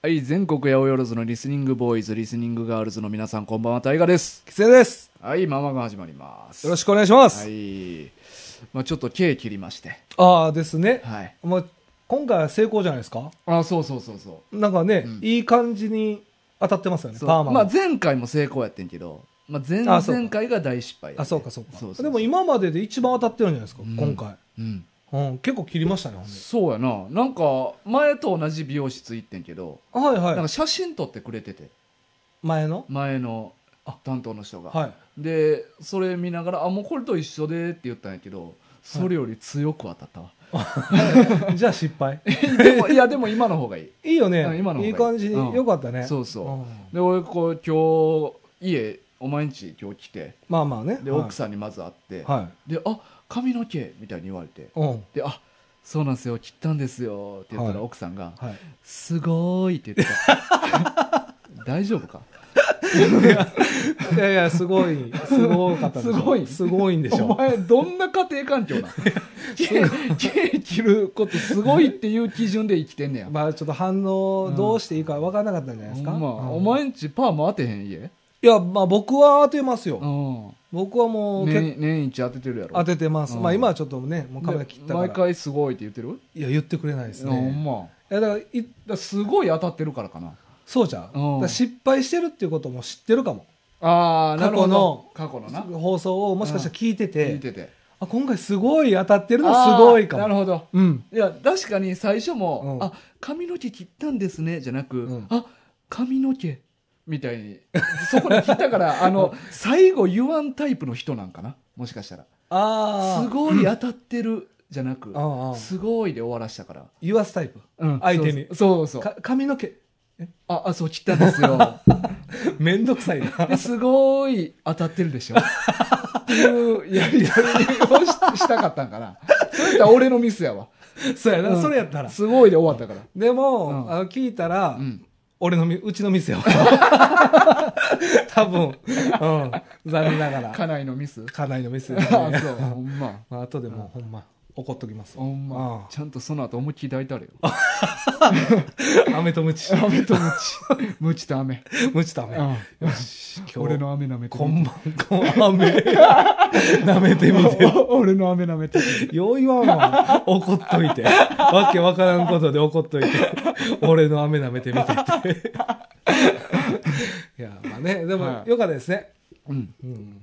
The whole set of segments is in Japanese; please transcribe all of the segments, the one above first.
はい、全国八百万のリスニングボーイズ、リスニングガールズの皆さん、こんばんは、大河です。帰省です。はい、ママが始まります。よろしくお願いします。はい。まあちょっと、毛切りまして。ああですね。はい。まあ、今回は成功じゃないですか。あ、そうそうそうそなんかね、うんいい感じに当たってますよう。ね、そうパーマまが。あ前回も成功やってんけど、まあ前あそうか前回が大失敗やねあ、そうかそうかそうそうそうでも今までで一番当たってるんじゃないですか、うん今回。うん。うん、結構切りましたね、ほんでそうやな。なんか、前と同じ美容室行ってんけど、はいなんはかい。写真撮ってくれてて、前の前のあ担当の人が。はい。 でそれ見ながら「あもうこれと一緒で」って言ったんやけどそれより強く当たったわ、じゃあ失 敗。で もいやでも今の方がいいいいよねう。ん今の方がいいいい感じうんに。よかったね。そうそううんで俺こう今日家お前んち今日来てまあまあね。ではい奥さんにまず会って、はい。で「あ髪の毛」みたいに言われてうん。で「あそうなんですよ切ったんですよ」って言ったらはい奥さんがはい。 「すごーい」って言ってた 大丈夫かいやいや、すごい、すごかったでしょ。 すごいすごいんでし おょ。前どんな家庭環境な ん毛切ることすごいっていう基準で生きてんねやまあちょっと反応どうしていいか分からなかったんじゃないですか。ほんまうんお前んちパーマ当てへん家いや、まあ僕は当てますよ。僕はもう、結年年一当ててるやろ当ててます。うんまあ今はちょっとね、もうカメラ切ったでか毎ら。回すごいって言ってるいや、言ってくれないですほんね。まだかいや、だから、いらすごい当たってるからかなそうじゃん。だうんから失敗してるっていうことも知ってるかも。ああなるほど過過去のな放送をもしかしたら聞いてて、聞いててあ、今回すごい当たってるのすごいかあーなも。るほどうん。いや確かに最初も「うんあ髪の毛切ったんですね」じゃなく「うんあ髪の毛」みたいにそこに切ったから あの最後言わんタイプの人なんかなもしかしたらあ「あ。すごい当たってる」じゃなくうんう「んすごい」で終わらしたから言わすタイプ。うん相手にそうそうそうか髪の毛、 ああそう切ったんですよめんどくさいな。 ですごい当たってるでしょっていうやり取りをししたかったんかなそれやったら俺のミスやわそうやな、うんそれやったら。すごいで終わったかでも、うんあの聞いたら、らうん俺のみ、うちの店は。多分、うん。残念ながら。家内のミス家内の店ですあね。そうほんままあ、後でもうほんま、怒っときます。ほんまうんちゃんとその後思いっきり抱いたれよ飴とムチ。雨とムチムチと雨ムチと飴。ようんし、今日。俺の雨舐めてこみんばん、こん飴。舐めてみて。て 俺の雨舐めてみてよう言わんわ。怒っといて。わけわからんことで怒っといて。俺の飴舐めてみ てって。いや、まあね、でもは、いよかったですね。うんうん。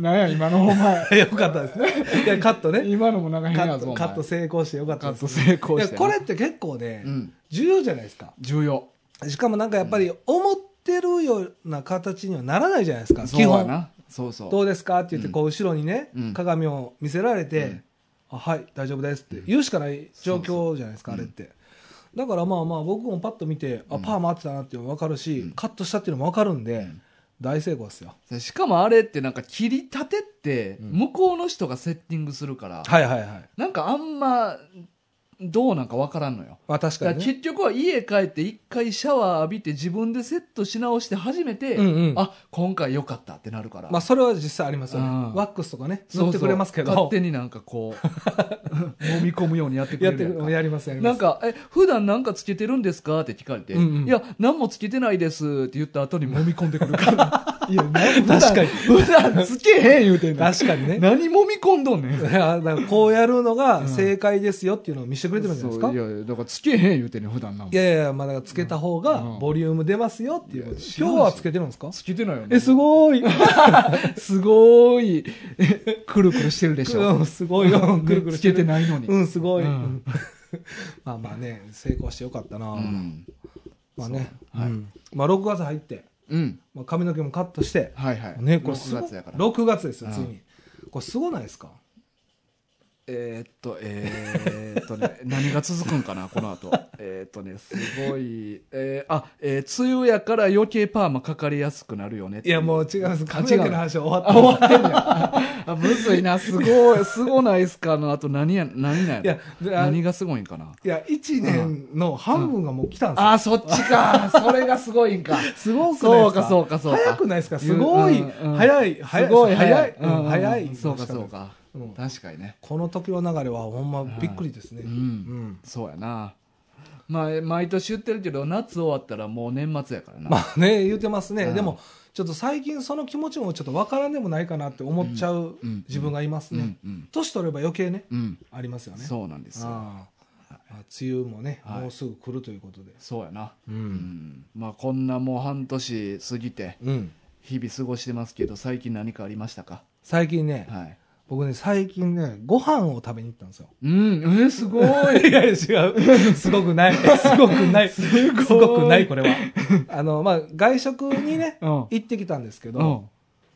なんや今のお前 よかったですね。いや、カットね。今のもなんか変カやッぞトおカ前ット成功してよかっカたッでトす成功いしやてなこれって結構ね、うん重要じゃないですか重要しかもなんかやっぱり思ってるような形にはならないじゃないですか、そう基や本なそうそうどうですかって言ってこう後ろにね、うん鏡を見せられて、うんあはい大丈夫ですって言うしかない状況じゃないですか、あれって、だからまあまあ僕もパッと見て、あパーマ合ってたなっていうの分かるし、カットしたっていうのも分かるんで、大成功ですよしかもあれってなんか切り立てって向こうの人がセッティングするから、はいはいはい、なんかあんまどうなんかわからんのよまあ、確だかからに、ね、結局は家帰って一回シャワー浴びて自分でセットし直して初めて、うんうんあ今回良かったってなるから、まあそれは実際ありますよね、うんワックスとかねそうそう塗ってくれますけど勝手になんかこう 飲み込むようにやってくれやっるてやんかるやりますやりますなんか、え、普段なんかつけてるんですかって聞かれて、うんうんいや、何もつけてないですって言った後に揉み込んでくるから。いや、 確かに普段普段つけへん言うてんの。確かにね。何揉み込んどんねん。いやだからこうやるのが正解ですよっていうのを見せてくれてるんじゃないですか、そういやいやだからつけへん言うてんねん、普段なんもいやいや、まあ、だからつけた方がうんボリューム出ますよっていうこといや知らん今日はつけてるんですかつけてないよね。え、すごい。すごい、えくるくるしてるでしょ。うん、すごいよ。くるくるつけてないのに。うん、すごい。ううんん まあまあね、成功してよかったな。うん。まあね。そうはいうんまあ、6月入って、うん。まあ、髪の毛もカットして、はいはい。ね、これす6ご月やから。 6月ですよ、うんついに。これすごないですかえーっと、えーっとね、 何が続くんかな、この後。えーっとね、すごい、えー、あ、えー、梅雨やから余計パーマかかりやすくなるよねっていいや、もう。う違います。髪の毛の話は終わっあ、 終わた。ってんねや。あ、むずいな、すごい、すごないっすかの後、何や、何なんいややろ。であ何がすごいんかな。いや、1年の半分がもう来たんですよ。あ、そっちか。それがすごいんか。 すごくないそでうすかか、そうか、そうか。早くないですかすごい、うんうん早い、早すい、ごい早早いい。、うんうん早い。そうか、そうかうん。確かにね。この時の流れはほんまびっくりですね。ううんん。そうやな。まあ、毎年言ってるけど夏終わったらもう年末やからな、まあね言うてますね、うんでもちょっと最近その気持ちもちょっとわからんでもないかなって思っちゃううんうん自分がいますうね、んうん年取れば余計ねうんありますよねそうなんですよああまあ梅雨もね、はいもうすぐ来るということでそうやな、うう、んんまあ、こんなもう半年過ぎてうん、日々過ごしてますけど最近何かありましたか最近ね、はい僕ね最近ねご飯を食べに行ったんですようんえー、すごい いやいや違 う。すごくない。すごくない。すごいごくない、これは。あの、まあ、外食にね、うん行ってきたんですけうどん、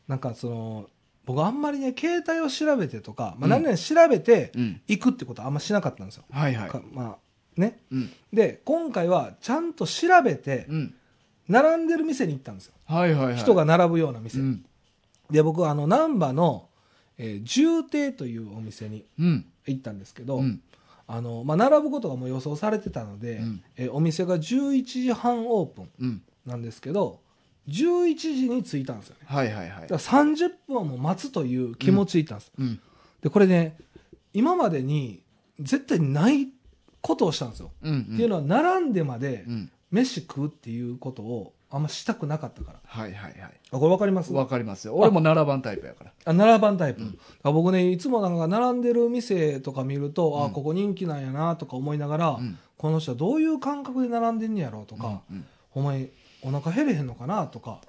なんかその、僕あんまりね、携帯を調べてとか、まうあ、ん何々調べてうん行くってことはあんましなかったんですよ。はいはいかまあ、ね。うんで、今回はちゃんと調べて、うん並んでる店に行ったんですよ。はいはいはい人が並ぶようなう店。んで、僕はあの、難波の、えー重亭というお店にうん行ったんですけど、うんあのまあ、並ぶことがもう予想されてたので、うんえーお店が11時半オープンうんなんですけど11時に着いたんですよねはいはいはいだから30分はもう待つという気持ちでいったんです、うんでこれね今までに絶対ないことをしたんですよ、うんっていうのは並んでまでうん飯食うっていうことをあんましたくなかったからはいはいはいあこれ分かりますわかりますよ俺も7番タイプやからあ並ばんタイプ、うんだから僕ねいつもなんか並んでる店とか見ると、うあんここ人気なんやなとか思いながら、う んこの人はどういう感覚で並んでんねやろうとか、うんお前お腹減れへんのかなとか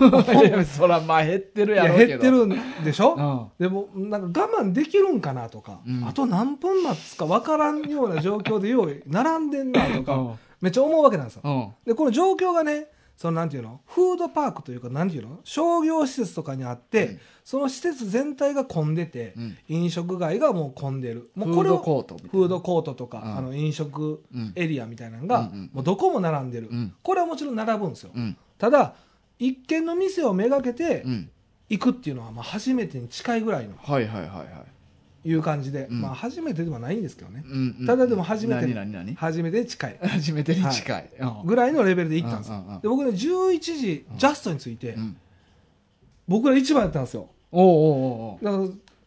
うんいやそらまあ減ってる いややろうけど減ってるんでしょ、うんでもなんか我慢できるんかなとか、うんあと何分待つか分からんような状況でよう並んでんなとうかんめっちゃ思うわけなんですよ。うんでこの状況がねそのなんていうのフードパークというかなんていうの商業施設とかにあって、うんその施設全体が混んでて、うん飲食街がもう混んでるもうフこーれドをコートみたいなフードコートとうか、んあの飲食うんエリアみたいなのが、うんうんもうどこも並んでる、うんこれはもちろん並ぶんですよ、うんただ一軒の店をめがけてうん行くっていうのはまあ初めてに近いぐらいのはいはいはいはいいう感じで、うんまあ初めてではないんですけどね、うんうんただでも初めて何何何初めてに近い初めてに近いうんぐらいのレベルで行ったんですよ、うんうんうんで僕ね11時ジャストについて、うん僕ら一番やったんですよおうおうおうお うだから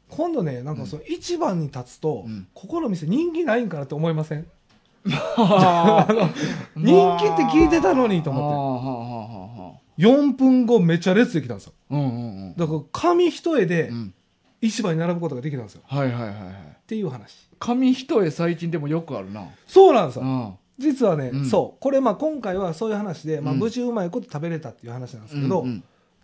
今度ねなんかその一番に立つと、うんここの店人気ないんかなって思いません、あー人気って聞いてたのにとあーは思っあはあはあはあて4分後めっちゃ列できたんですようんうんだから紙一重でうんうん市場に並ぶことができたんですよはいはいはいはいっていう話紙一重最近でもよくあるなそうなんですうよん実はね、うんそうこれまあ今回はそういう話で、まあ、うん無事うまいこと食べれたっていう話なんですけど、うんうん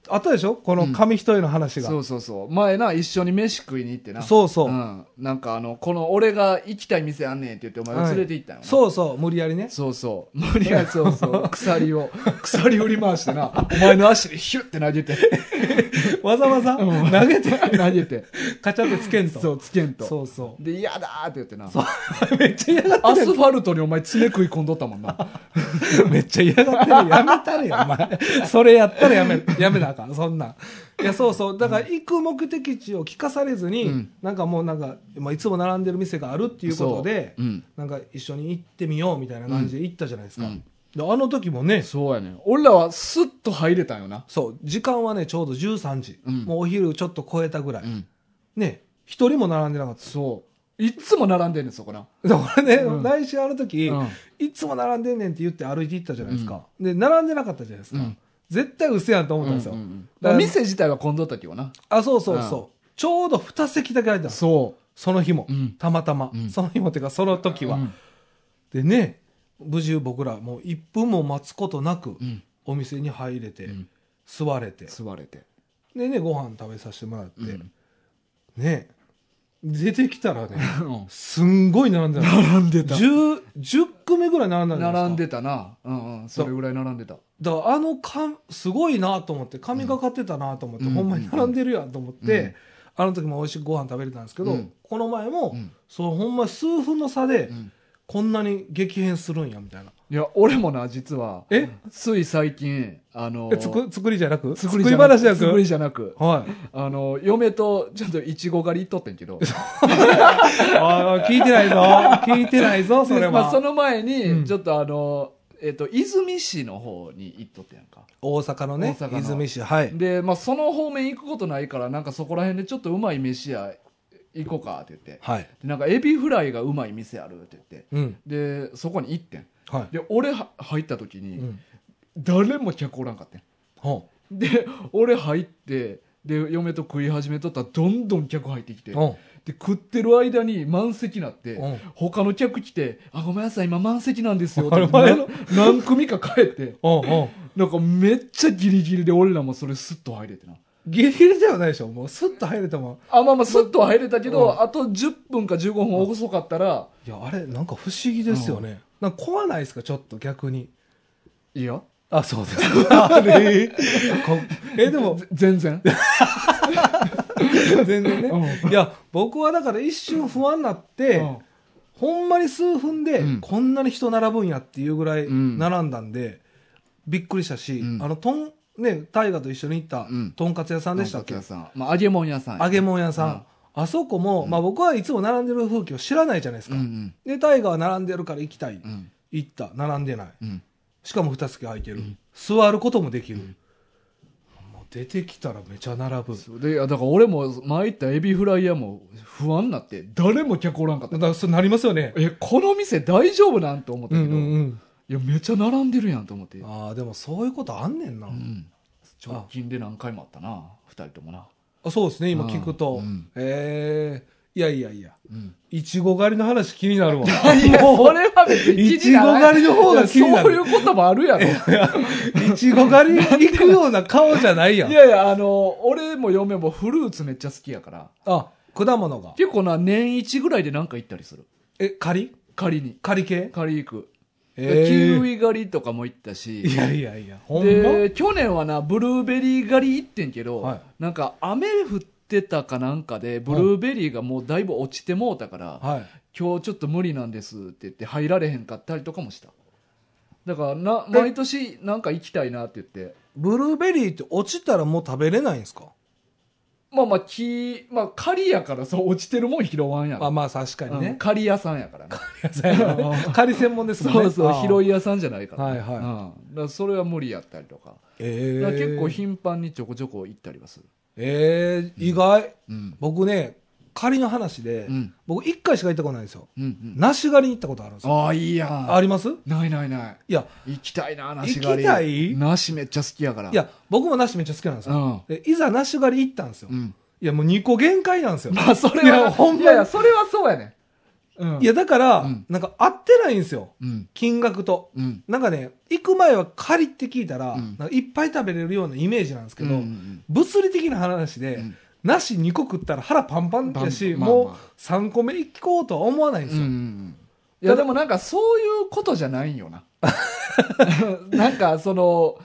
あったでしょこの紙一重の話が、そうそうそう前な一緒に飯食いに行ってな、そうそうんなんかあのこの俺が行きたい店あんねんって言ってお前が連れて行ったよな、そうそう無理やりねそうそう無理やり そうそう鎖を鎖振り回して なお前の足でヒュッて投げてわざわざうん投げて投げてカチャってつけん とそうつけんとそうそで嫌だーって言ってなうめっちゃ嫌がアスファルトにお前爪食い込んどったもんなめっちゃ嫌がってる。やめたれよ、お前。それやったらやめ、やめなあかん、そんなん。いや、そうそう。だから、行く目的地を聞かされずに、うんなんかもうなんか、まあ、いつも並んでる店があるっていうことで、そう,、ん、なんか一緒に行ってみようみたいな感じで行ったじゃないですか。うんであの時もね、そうやねん俺らはスッと入れたんよなそう、時間はね、ちょうど13時。うんもうお昼ちょっと超えたぐらい。うんね、一人も並んでなかった。そういっつも並んでんねんそこなで俺ね、うん来週あの時、うんいつも並んでんねんって言って歩いて行ったじゃないですか。で、並んでなかったじゃないですか。うん絶対うせやんと思ったんですよ。うんうんうんだから店自体は混んどったけどなあ、そうそうそう。ちょうど2席だけ空いてたのそその日も。うんたまたま、うんその日もっていうか、その時うは。うんでね、無事僕らもう1分も待つことなく、うんお店に入れて、うん座れて、座れてでね、ご飯食べさせてもらって、うんね、出てき たらね、並すんごい並んでた。んで 10, 10組ぐらい並んだんじゃないですか並んでたなうんうんそれぐらい並んでただからあのかすごいなと思って髪がかってたなと思って、うんほんまに並んでるやんと思って、うんあの時も美味しくご飯食べれたんですけど、うんこの前も、うんそうほんま数分の差で、うんこんなに激変するんやみたいないや俺もな実はえつい最近あのえつく作りじゃなく作り作じりゃなく話じゃなく作りじゃなくはいあの嫁とちょっといちご狩り行っとってんけどあー聞いてないぞ 聞いてないぞ それでは、まあ、その前うにんちょっとあの、えっと泉市の方に行っとったやんか大阪のね大阪の泉市はいで、まあ、その方面行くことないからなんかそこら辺でちょっとうまい飯屋行こうかって言ってはいでなんかエビフライがうまい店あるって言ってうんでそこに行ってんはい。で俺は入った時うにん。誰も客おらんかったんほで俺入ってで嫁と食い始めとったらどんどん客入ってきてう。でほ食ってる間に満席になってうん他の客来て「あごめんなさい今満席なんですよ」っあてれ前のな何組か帰ってう。ほう。なんかめっちゃギリギリで俺らもそれスッと入れてなギリギリではないでしょ。もうスッと入れたもん。あまあまあスッとは入れたけうどんあと10分か15分遅かったらいや、あれ、なんか不思議ですよね。なんか怖ないですか、ちょっと逆に。いいよあ、そうですか。 あれ え、でも、ぜ全然全然ね。いや、僕はだから一瞬不安になって、うんほんまに数分でうんこんなに人並ぶんやっていうぐらいうん並んだんで、びっくりしたし、うんあのとんね大河と一緒に行ったうんとんかつ屋さんでしたっけ、とんかつ屋さんまあ揚げ物屋さん揚げ物屋さん、あそこも、まあ、僕はいつも並んでる風景を知らないじゃないですうか、んで大河は並んでるから行きたうい、んうん行った並んでないうんしかも二つけ空いてる、うん座ることもできる、もう出てきたらめちゃ並ぶそうでいやだから俺も前行ったエビフライ屋も不安になって誰も客おらんかっただからそうなりますよねえこの店大丈夫なんと思ったうんけうど、んいうんやめちゃ並んでるやんと思って、うああでもそういうことあんねんな、ん、直近で何回もあったな2人ともな、あそうですね今聞くうと、んうんええいやいやいやうん、いちご狩りの話気にな るわいやそれは別に記事じゃないいちご狩りの方が気になるいやそういうこともあるやろいいちご狩り行くような顔じゃないやんやいやあの俺も嫁もフルーツめっちゃ好きやからあ果物が結構な年一ぐらいで何か行ったりするえ狩り仮に狩り系仮行く、えキウイ狩りとかも行ったしいやいやいやほんまで去年はなブルーベリー狩り行ってんけど、はいなんか雨降ってたかなんかでブルーベリーがもうだいぶ落ちてもうたから、はい今日ちょっと無理なんですって言って入られへんかったりとかもしただからな毎年なんか行きたいなって言ってブルーベリーって落ちたらもう食べれないんですかまあまあ木、まあ、狩りやからそう落ちてるもん拾わんやあろ、まあ確かにうんね、狩り屋さんやからな 狩り専門ですもんねそうそうあー拾い屋さんじゃないから,、はいはいうん、だからそれは無理やったりとかえだえから結構頻繁にちょこちょこ行ったりはするええ意外、うん僕ね狩りの話で、うん僕1回しか行ったことないんですようんうん梨狩りに行ったことあるんですよああいいやんありますないないないいや行きたいな梨狩り行きたい梨めっちゃ好きやからいや僕も梨めっちゃ好きなんですうよ、んでいざ梨狩り行ったんですよ、ういんやもう2個限界なんです よ、まあそれいやはほんまにいやいやそれはそうやねうんいやだから、うんなんか合ってないんですようん金額とうんなんかね行く前は狩りって聞いたら、うんなんかいっぱい食べれるようなイメージなんですけど、うんうん物理的な話で、うん梨梨2個食ったら腹パンパンだし、パンパンまあもうまあ3個目行こうとは思わないんでうすんよ、うんいやでもなんかそういうことじゃないんよ ななんかその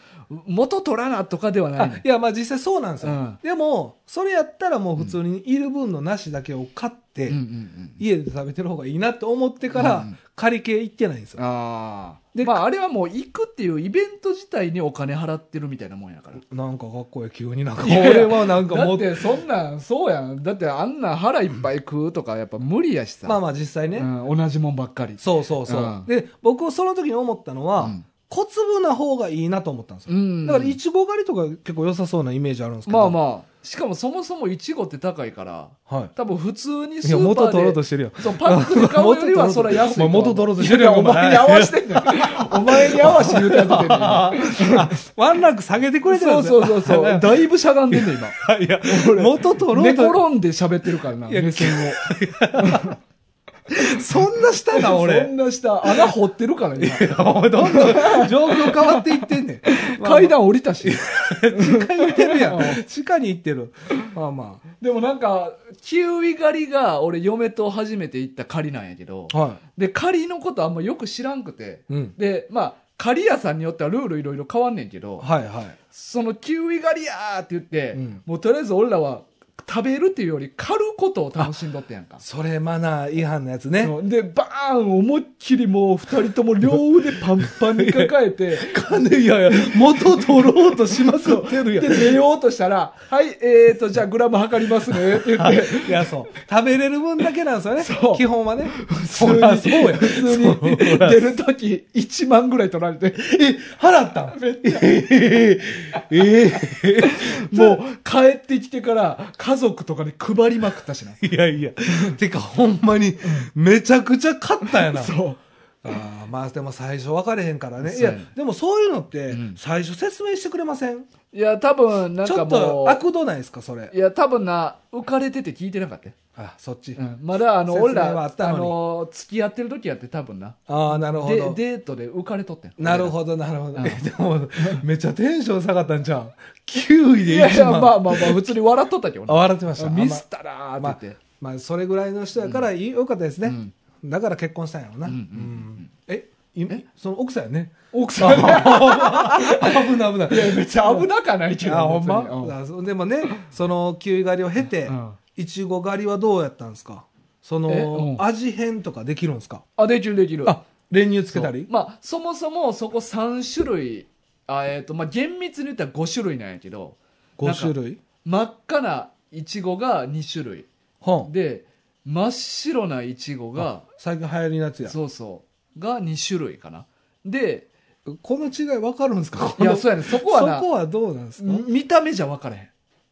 元取らなとかではないあねいやまあ実際そうなんですよ、うんでもそれやったらもう普通にいる分の梨だけを買って、うんうんうん家で食べてる方がいいなって思ってから、うん狩り系行ってないんですよああでまああれはもう行くっていうイベント自体にお金払ってるみたいなもんやからなんかかっこいい急になんかいやい俺やはなんかだもっうてそんなんそうやんだってあんな腹いっぱい食うとかやっぱ無理やしさまあまあ実際ね、うん、同じもんばっかりそうそうそう、うんで僕その時に思ったのは、うん小粒な方がいいなと思ったんですよ、んだからいちご狩りとか結構良さそうなイメージあるんですけどまあまあしかもそもそもいちごって高いからあはい多分普通にいスーやパ元取ろーうとでしてるよそうパックで買うよりはそれ安い と思う元取ろうとしてるよいやお前に合わしてんねんお前に合わして言うてやってんねん今あワンランク下げてくれてるん そでうすそようそう そうだいぶしゃがんでんねん今いや元取ろ寝うと転んで喋ってるからないや 目線を そんなしたなそ俺んな下穴掘ってるから今いやお前どんどん状況変わっていって んねん階段降りたし地下に行ってるやうんん地下に行ってるまあまでもなんかキウイ狩りが俺嫁と初めて行った狩りなんやけどあはで狩りのことあんまよく知らんくていうんでまあ狩り屋さんによってはルールいろいろ変わんねんけどはいはいそのキウイ狩りやーって言って、うんもうとりあえず俺らは食べるっていうより狩ることを楽しんどってやんか。それマナー違反のやつねそうでバーン思いっきりもう二人とも両腕パンパンに抱え て金 いやいや元取ろうとしまくってるやでん寝ようとしたら「はいえーとじゃあグラム測りますね」って言っていやそう食べれる分だけなんですよねそう基本はね普そりゃそうや普通に出るとき1万ぐらい取られて、え、払ったんええもう帰ってきてから家族とかに配りまくったしな。いやいや。てか、ほんまに、めちゃくちゃ勝ったやな。そう。あーまあでも最初分かれへんからねいそうややねでもそういうのってうん最初説明してくれませんいや、多分、なんちょかっもとう、悪どないですかそれいや、多分な、浮かれてて聞いてなかったよ。あそっち、うんまだ、あの、説明俺ら、はあったのにの、付き合ってる時やって、多分な。ああなるほでどデートで浮かれとってんなるほどなるほど、うんえでもめっちゃテンション下がったんじゃん9位いでやい1や、まあま万あまあ、普通に笑っとったけどあな笑ってましたミスったなーまっあて言って。まあそれぐらいの人やからいいよかったですね、うんだから結婚したんやろな、うんうんうんえいえその奥さんやね 奥さんが、危ない危ないいや、別に危なかないけど。あほん別にうんまあそうでもねそのキウイ狩りを経てうんいちご狩りはどうやったんですかそえのうん味変とかできるんですかあ、できるできる。あ練乳つけたりまあ、そもそもそこ3種類、あえっ、と、まあ、厳密に言ったら5種類なんやけど、 5種類真っ赤なイチゴが2種類。ほんで、真っ白なイチゴが、最近流行りのやつやそうそう、が2種類かな。で、この違い分かるんですかいこや、のそうやね、そこはな、そこはどうなんですかみ見た目じゃ分からへん。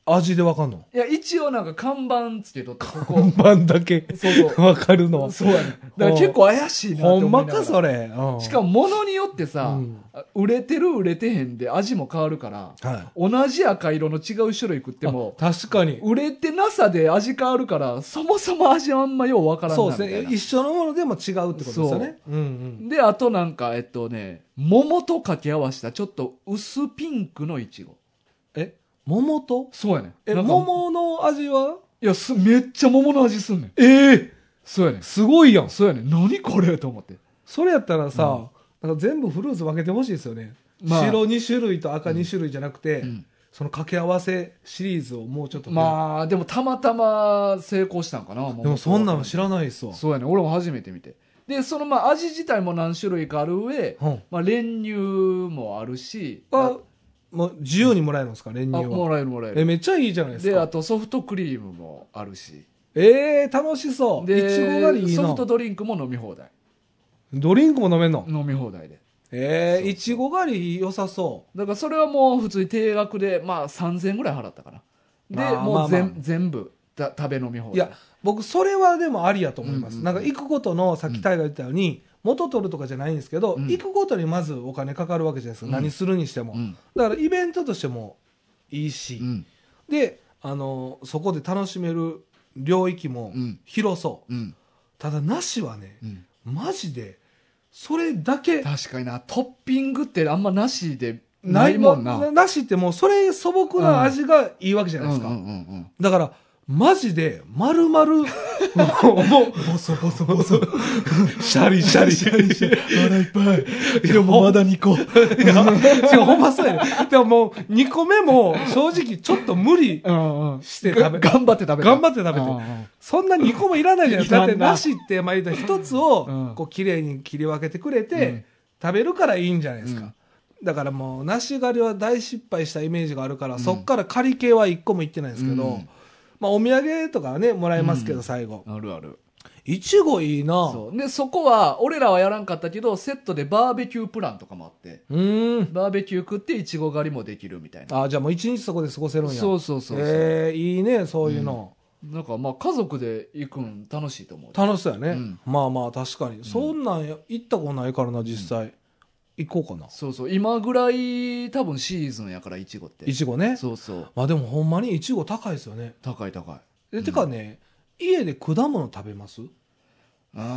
味で分かんのいや、一応なんか看板つけ とって、ここ。本番だけそうそう。分かるのそうやね。だから結構怪しいなって思ほいんながらまかそれうんしかも物によってさ、うん売れてる売れてへんで味も変わるから、はい同じ赤色の違う種類食っても、あ確かに売れてなさで味変わるから、そもそも味あんまようわからんなそうみたでいすな。ね一緒のものでも違うってことですよねうんうんで、あとなんか、えっとね、桃と掛け合わせたちょっと薄ピンクのいちご。え桃とそうやねん。えなんか桃の味はいやす、めっちゃ桃の味すんねん。ええそうやねん。すごいやんそうやねん。何これと思って。それやったらさ、なんか全部フルーツ分けてほしいですよね、まあ白2種類と赤2種類じゃなくて、うんその掛け合わせシリーズをもうちょっと、まあ、でもたまたま成功したんかな、でもそんなの知ららないっすわそうやねん。俺も初めて見て。で、そのまあ味自体も何種類かある上、うんまあ練乳もあるし、あもう自由にもらえるんですか練あ乳もはらえるもらええる。めっちゃいいじゃないですで、あかとソフトクリームもあるし。えー、楽しそういで、ちご狩りいいソなフトドリンクも飲み放題。ドリンクも飲めんの、飲み放題で。そうえー、そういちご狩り良さそだからそれはもう普通に定額で、まあ3000円ぐらい払ったかな。で、まあまあもう全,、まあ全部た食べ飲み放題。ういや僕それはでもありやと思います、うんうんなんか行くことのさっきタイが言ったように、元取るとかじゃないんですけど、うん行くごとにまずお金かかるわけじゃないですか、うん何するにしても、うん、だからイベントとしてもいいし、うん、であのそこで楽しめる領域もうん広そう、うん、ただなしはねうん。マジでそれだけ確かにな、トッピングってあんまなしでないもんな。ななしってもうそれ素朴な味がいいわけじゃないですか、うんうんうんだからマジで丸 々もうボソボソボソシャリシャリシャリシャリうん、いっぱい。でもまだ2個。いや違うほんまそうやねでももう2個目も正直ちょっと無理うんうん。して食がべ頑張って食べた。頑張って食べてうんうんそんな2個もいらないじゃないですいか。だっらてんななしって、まあ言うたら1つうんを、こう、綺麗に切り分けてくれて、うん食べるからいいんじゃないですうんか。だからもう、なし狩りは大失敗したイメージがあるから、そっから狩り系は1個も行ってないんですけど、うんまあお土産とかはね、もらえますけうんど、最後。あるある。いちごいいなうそう。で、そこは、俺らはやらんかったけど、セットでバーベキュープランとかもあって、ーん。バーベキュー食ってイチゴ狩りもできるみたいな。あ、じゃあもう1日そこで過ごせるんや。そうそうそうそう。えーいいね、そういうの。なんかまあ家族で行くん楽しいと思う。楽しそうやね。うんまあまあ、確かに。そんなんや行ったことないからな、実際。行こうかな。そうそう。今ぐらい多分シーズンやからイチゴって。いちごね。そうそう。まあでもほんまにいちご高いですよね高い高い。えてかね、家で果物食べます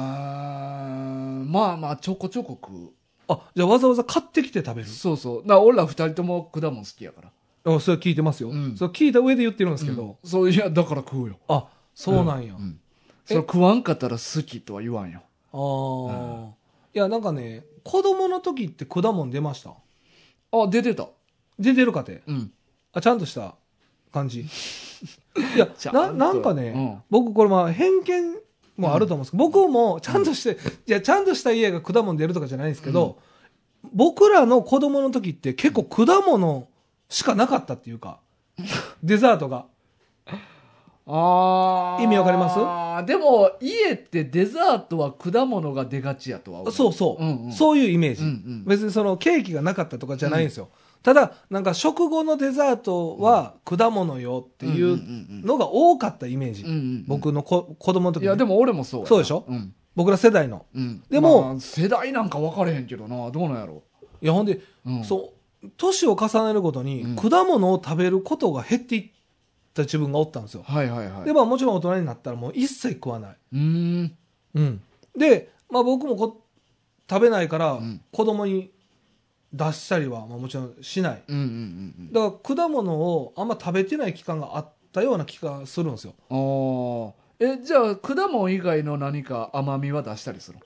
あーまあまあちょこちょこ食う。あじゃあわざわざ買ってきて食べるそうそう。だから俺ら二人とも果物好きやから。あそれ聞いてますよ、うんそれ聞いた上で言ってるんですけど、そういや、だから食うよ。あそうなんや、うあん。それ食わんかったら好きとは言わんよ。あー、いやなんかね子供の時って果物出ましたあ、出てた。出てる家庭うん。あちゃんとした感じいや ちゃんとななんかね、僕これまあ偏見もあると思うんですけど、僕もちゃんとして、いやちゃんとした家が果物出るとかじゃないんですけど、僕らの子供の時って結構果物しかなかったっていうか、デザートが。あ意味わかりますすでも、家ってデザートは果物が出がちやとは思う。そうそう、うんうんそういうイメージ、うんうん別にそのケーキがなかったとかじゃないんですよ。ただ、なんか食後のデザートは果物よっていんんうのが多かったイメージ。うんうんうん僕のこ子供の時いや、でもも俺もそうやなそうでしょうん。僕ら世代の。うん、でもまあ世代なんか分かれへんけどなどうなんやろいや、ほんで、う、うん、そう、年を重ねるごとに、うん果物を食べることが減っていった自分がおったんですよ。はいはいはいで、まあもちろん大人になったらもう一切食わない。うーんうん。で、まあ僕もこ食べないからうん、子供に出したりは、まあもちろんしない。うんうんうんうんだから果物をあんま食べてない期間があったような気がするんですよ。あーえじゃあ果物以外の何か甘みは出したりする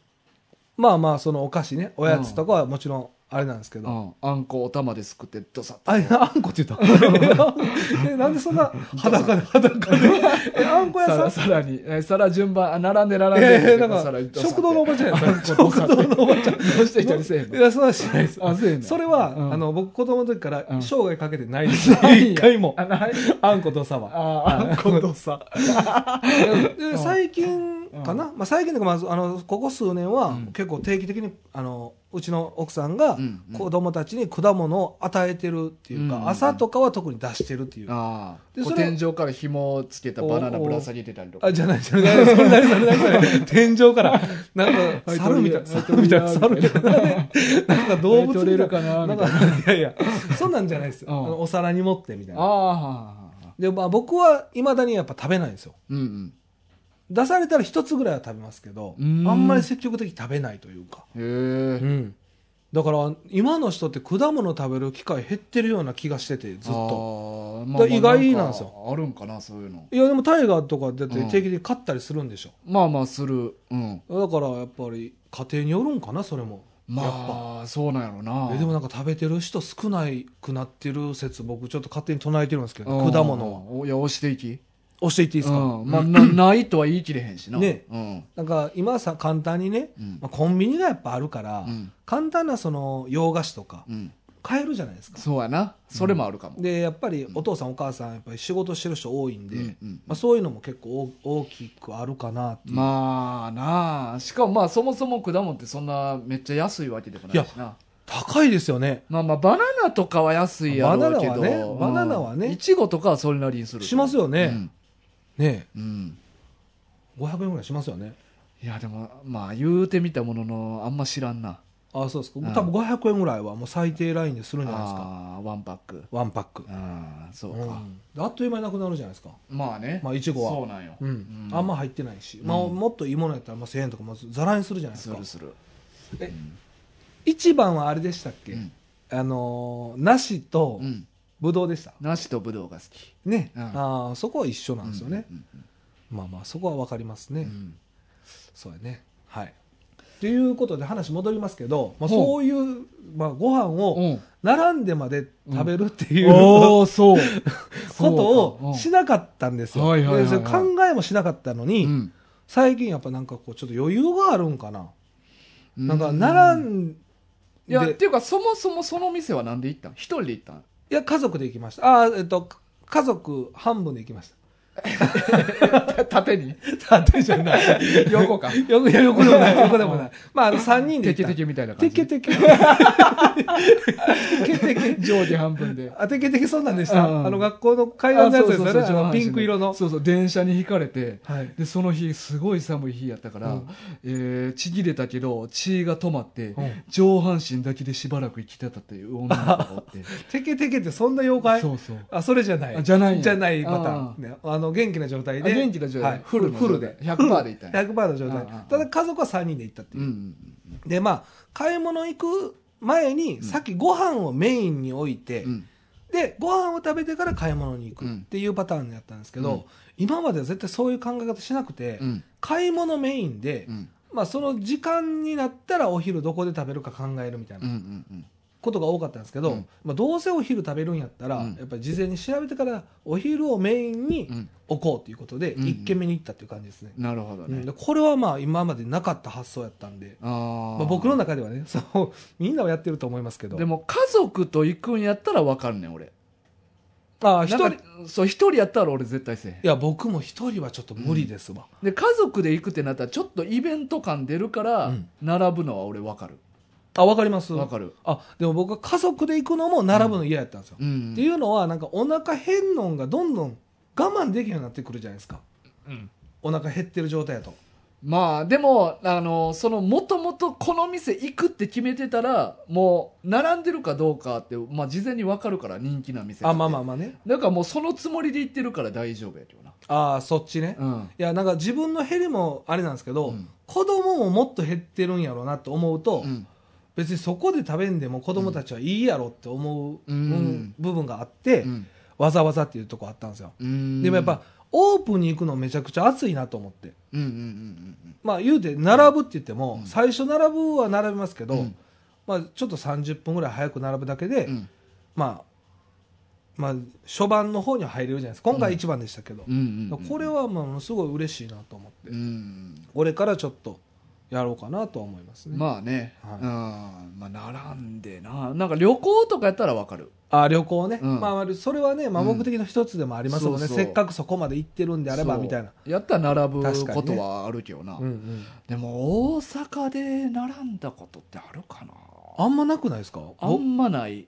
まあまあ、そのお菓子ね、おやつとかはもちろんあれなんですけど。の、うん、あんこお玉ですくってドサッとあれ、あんこって言った。 え、なんでそんな裸で、裸で。え、あんこさ屋らさん。さらにえさら順番あ並んで並んで、えー、なさらんにか、ドサッ食堂のおばちゃんやった。あんこ食堂のおばちゃん。どうして一人せえへんいのや、そんなんしないです。あせえへんのそれは、うんあの、僕子供の時からうん生涯かけて ないです。ないんや一回も。 あないあんことさは。ああんことさ でうん最近かな、まあ、最近というか、まあ、あのここ数年はうん結構定期的にあのうちの奥さんがうんうん子供たちに果物を与えてるっていうか、うんうん朝とかは特に出してるっていう、ああでこそうれ天井から紐をつけたバナナぶら下げてたりとかあじゃないじゃないそれ何それ何それ天井からなんかはい猿みたいな鳥猿みたいなはい猿みたいななんか動物みたいな取れるかなみたいんかいやいやそんなんじゃないです、うんあのお皿に持ってみたいあなあはあはあで、まあ、僕はいまだにやっぱ食べないんですようんうん出されたら一つぐらいは食べますけどあうんんまり積極的に食べないというかへえうん、だから今の人って果物食べる機会減ってるような気がしててずっととだから意外なんですよあるんかなそういうのいやでもタイガーとかだってうん定期的に買ったりするんでしょ、まあまあするうんだからやっぱり家庭によるんかなそれもやっまあそうなんやろなぱえでもなんか食べてる人少ないくなってる説僕ちょっと勝手に唱えてるんですけどうん果物はおいや押していきいい押していっていいですか、まあなないとは言い切れへんしなねうんなんか今さ簡単にね、うんまあ、コンビニがやっぱあるから、うん簡単なその洋菓子とかうん買えるじゃないですかそうやなそれもあるかもでやっぱりお父さんお母さんやっぱり仕事してる人多いんで、うんうんまあ、そういうのも結構大大きくあるかなっていう、まあなあしかもまあそもそも果物ってそんなめっちゃ安いわけでもないしな高いですよねまあまあバナナとかは安いやろうけどバナナはねバナナはねうんいちごとかはそれなりにするしますよね、うんねうんえ500円ぐらいしますよねいやでもまあ言うてみたもののあんま知らんなああそうですか、うん多分500円ぐらいはもう最低ラインでするんじゃないですかあーワンパックワンパックああそううか、んあっという間になくなるじゃないですかまあねまあいちごはそうなんようん、あんま入ってないし、まあ、うんもっといいものやったらまあ1000円とかもざらにするじゃないですすかるするえ一番はあれでしたっけ、うんあのー梨とうんぶどうでした、梨とぶどうが好きね、うんああそこは一緒なんですよね、うんまあまあそこは分かりますね、うんうんそうやねはいということで話戻りますけど、まあ、ほうそういう、まあ、ご飯をうん並んでまで食べるっていう、 おー そうことをそしうかなかったんですよはいではいはいはいそれ考えもしなかったのうに、ん最近やっぱなんかこうちょっと余裕があるんかな、うんなんか並いんでいややっていうかそもそもその店はなんで行ったん一人で行ったん家族で行きましたあーえっと家族半分で行きまし 縦にた 縦じゃない 横 か横いや横でもない横でもないまああの3人でテ行ケったテケみたいな感テじケテケテ ケテケ上下半分であてけてけそんなんでした、うんあの学校の階段のやつですあそよねうそうそうあのピンク色の、そうそう電車に引かれてはい、でその日すごい寒い日やったから、うんえーちぎれたけど血が止まって、うん上半身だけでしばらく生きてたっていう女の子がおって、てけてけってそんな妖怪そうそうあそれじゃないあじゃないんやじゃないパターンねあの元気な状態であ元気な状態はい、フフルルのフルで状態100%でいったんや100%の状態うんうんうんただ家族は3人で行ったってういんうう、んでまあ買い物行く前に、さっきご飯をメインに置いて、うんでご飯を食べてから買い物に行くっていうパターンやったんですけど、うん今までは絶対そういう考え方しなくて、うん買い物メインで、うんまあ、その時間になったらお昼どこで食べるか考えるみたいうんうなんうんことが多かったんですけど、うんまあ、どうせお昼食べるんやったら、うんやっぱり事前に調べてからお昼をメインうにん置こうということで、うん一軒目に行ったっていう感じですね、なるほどうんね、でこれはまあ今までなかった発想やったんで、あーまあ、僕の中ではね そうみんなはやってると思いますけどでも家族と行くんやったら分かるねん俺ああ一一人人そう一人やったら俺絶対せえへんいや僕も一人はちょっと無理ですわ、で家族で行くってなったらちょっとイベント感出るからうん並ぶのは俺分かるあわかります分かるあでも僕は家族で行くのも並ぶの嫌やったんですよ、うんっていうのはなんかお腹減んのんがどんどん我慢できるようになってくるじゃないですかうんお腹減ってる状態やとまあでもあのそのもともとこの店行くって決めてたらもう並んでるかどうかって、まあ、事前に分かるから人気な店あまあまああまあねだからもうそのつもりで行ってるから大丈夫やけどなああそっちね、いうんやなんか自分の減りもあれなんですけど、うん子供ももっと減ってるんやろうなと思うと、うん別にそこで食べんでも子供たちはいいやろって思う、うんうん部分があって、うんわざわざっていうとこあったんですよ、うんでもやっぱオープンに行くのめちゃくちゃ暑いなと思ってうんうんうんまあ言うて並ぶって言っても、うん最初並ぶは並びますけど、うんまあ、ちょっと30分ぐらい早く並ぶだけで、うんうんまあまあ初版の方には入れるじゃないですか今回一番でしたけど、うんうんこれはまあものすごい嬉しいなと思って、うんこれからちょっとやろうかなとは思いますね、まあね、はいうんまあ並んでななんか旅行とかやったらわかるあ旅行ね、うんまあ、それはね、まあ、うん目的の一つでもありますもんね、そうそうせっかくそこまで行ってるんであればそうみたいな、やったら並ぶ確かこにねとはあるけどな、うんうんでも大阪で並んだことってあるかなあんまなくないですかあんまない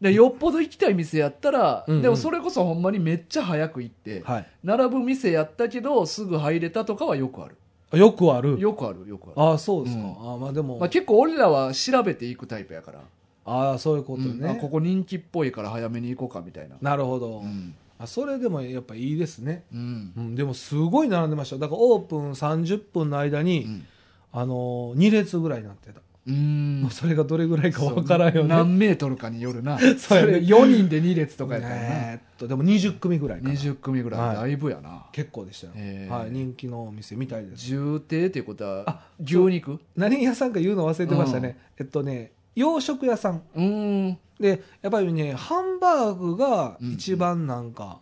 でよっぽど行きたい店やったら、うんうんでもそれこそほんまにめっちゃ早く行って、はい並ぶ店やったけどすぐ入れたとかはよくあるあ、よくあるよくあるよくあるああそうですか、うああまあでも、まあ、結構俺らは調べていくタイプやからああそういうことね、うんあここ人気っぽいから早めに行こうかみたいななるほど、うんあそれでもやっぱいいですね、うんうん、でもすごい並んでましただからオープン30分の間に、うんあの2列ぐらいになってた、うんもうそれがどれぐらいか分からんよね何メートルかによるな そそうやねれ4人で2列とかやったらな、えーっとでも20組ぐらいかな20組ぐらい、はいだいぶやな結構でしたよ、へーはい、人気のお店みたいです重低っていうことはあ牛肉何屋さんか言うの忘れてましたね、えっとね洋食屋さんうーんでやっぱりねハンバーグが一番なんか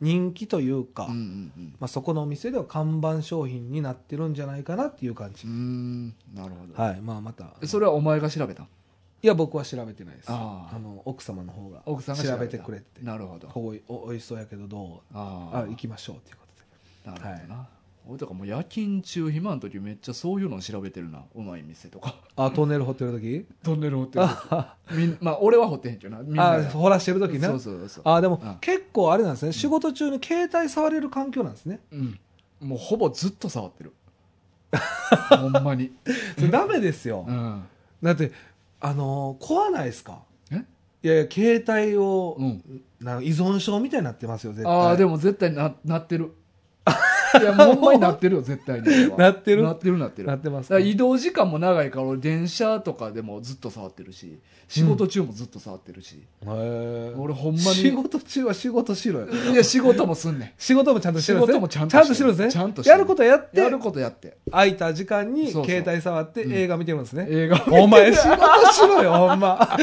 人気というか、うんうんまあ、そこのお店では看板商品になってるんじゃないかなっていう感じう、んうーんなるほど、はいまあまたそれはお前が調べたいや僕は調べてないですあーの奥様の方が奥さんが調べてくれてなるほどここおおいしそうやけどどうあああ行きましょうということでなるほどな、俺とかもう夜勤中暇の時めっちゃそういうの調べてるなうまい店とかあトンネル掘ってる時 トンネル掘ってるあみんまあ俺は掘ってへんけどなみんなあが掘らしてる時ねそうそうそうあでも、うん結構あれなんですね仕事中に携帯触れる環境なんですねうんもうほぼずっと触 ってるほんまに、それダメですよ、うん、だってあのー怖ないですかえいやいや携帯を、うんなんか依存症みたいになってますよ絶対ああでも絶対ななってるいやもうほんまになってるよ絶 対に俺はなってるなってるなってるなってますだから移動時間も長いから俺電車とかでもずっと触ってるし仕事中もずっと触ってるし、へー俺ほんまに仕事中は仕事しろよいや仕事もすんね仕事もちゃんとしてるんですね仕事もちゃんとちゃんとしてるんですねちゃんとしてるやることやっんやてることやって空いた時間にそうそう携帯触って映画見てるんですね、映画お前仕事しろよ、ほんま。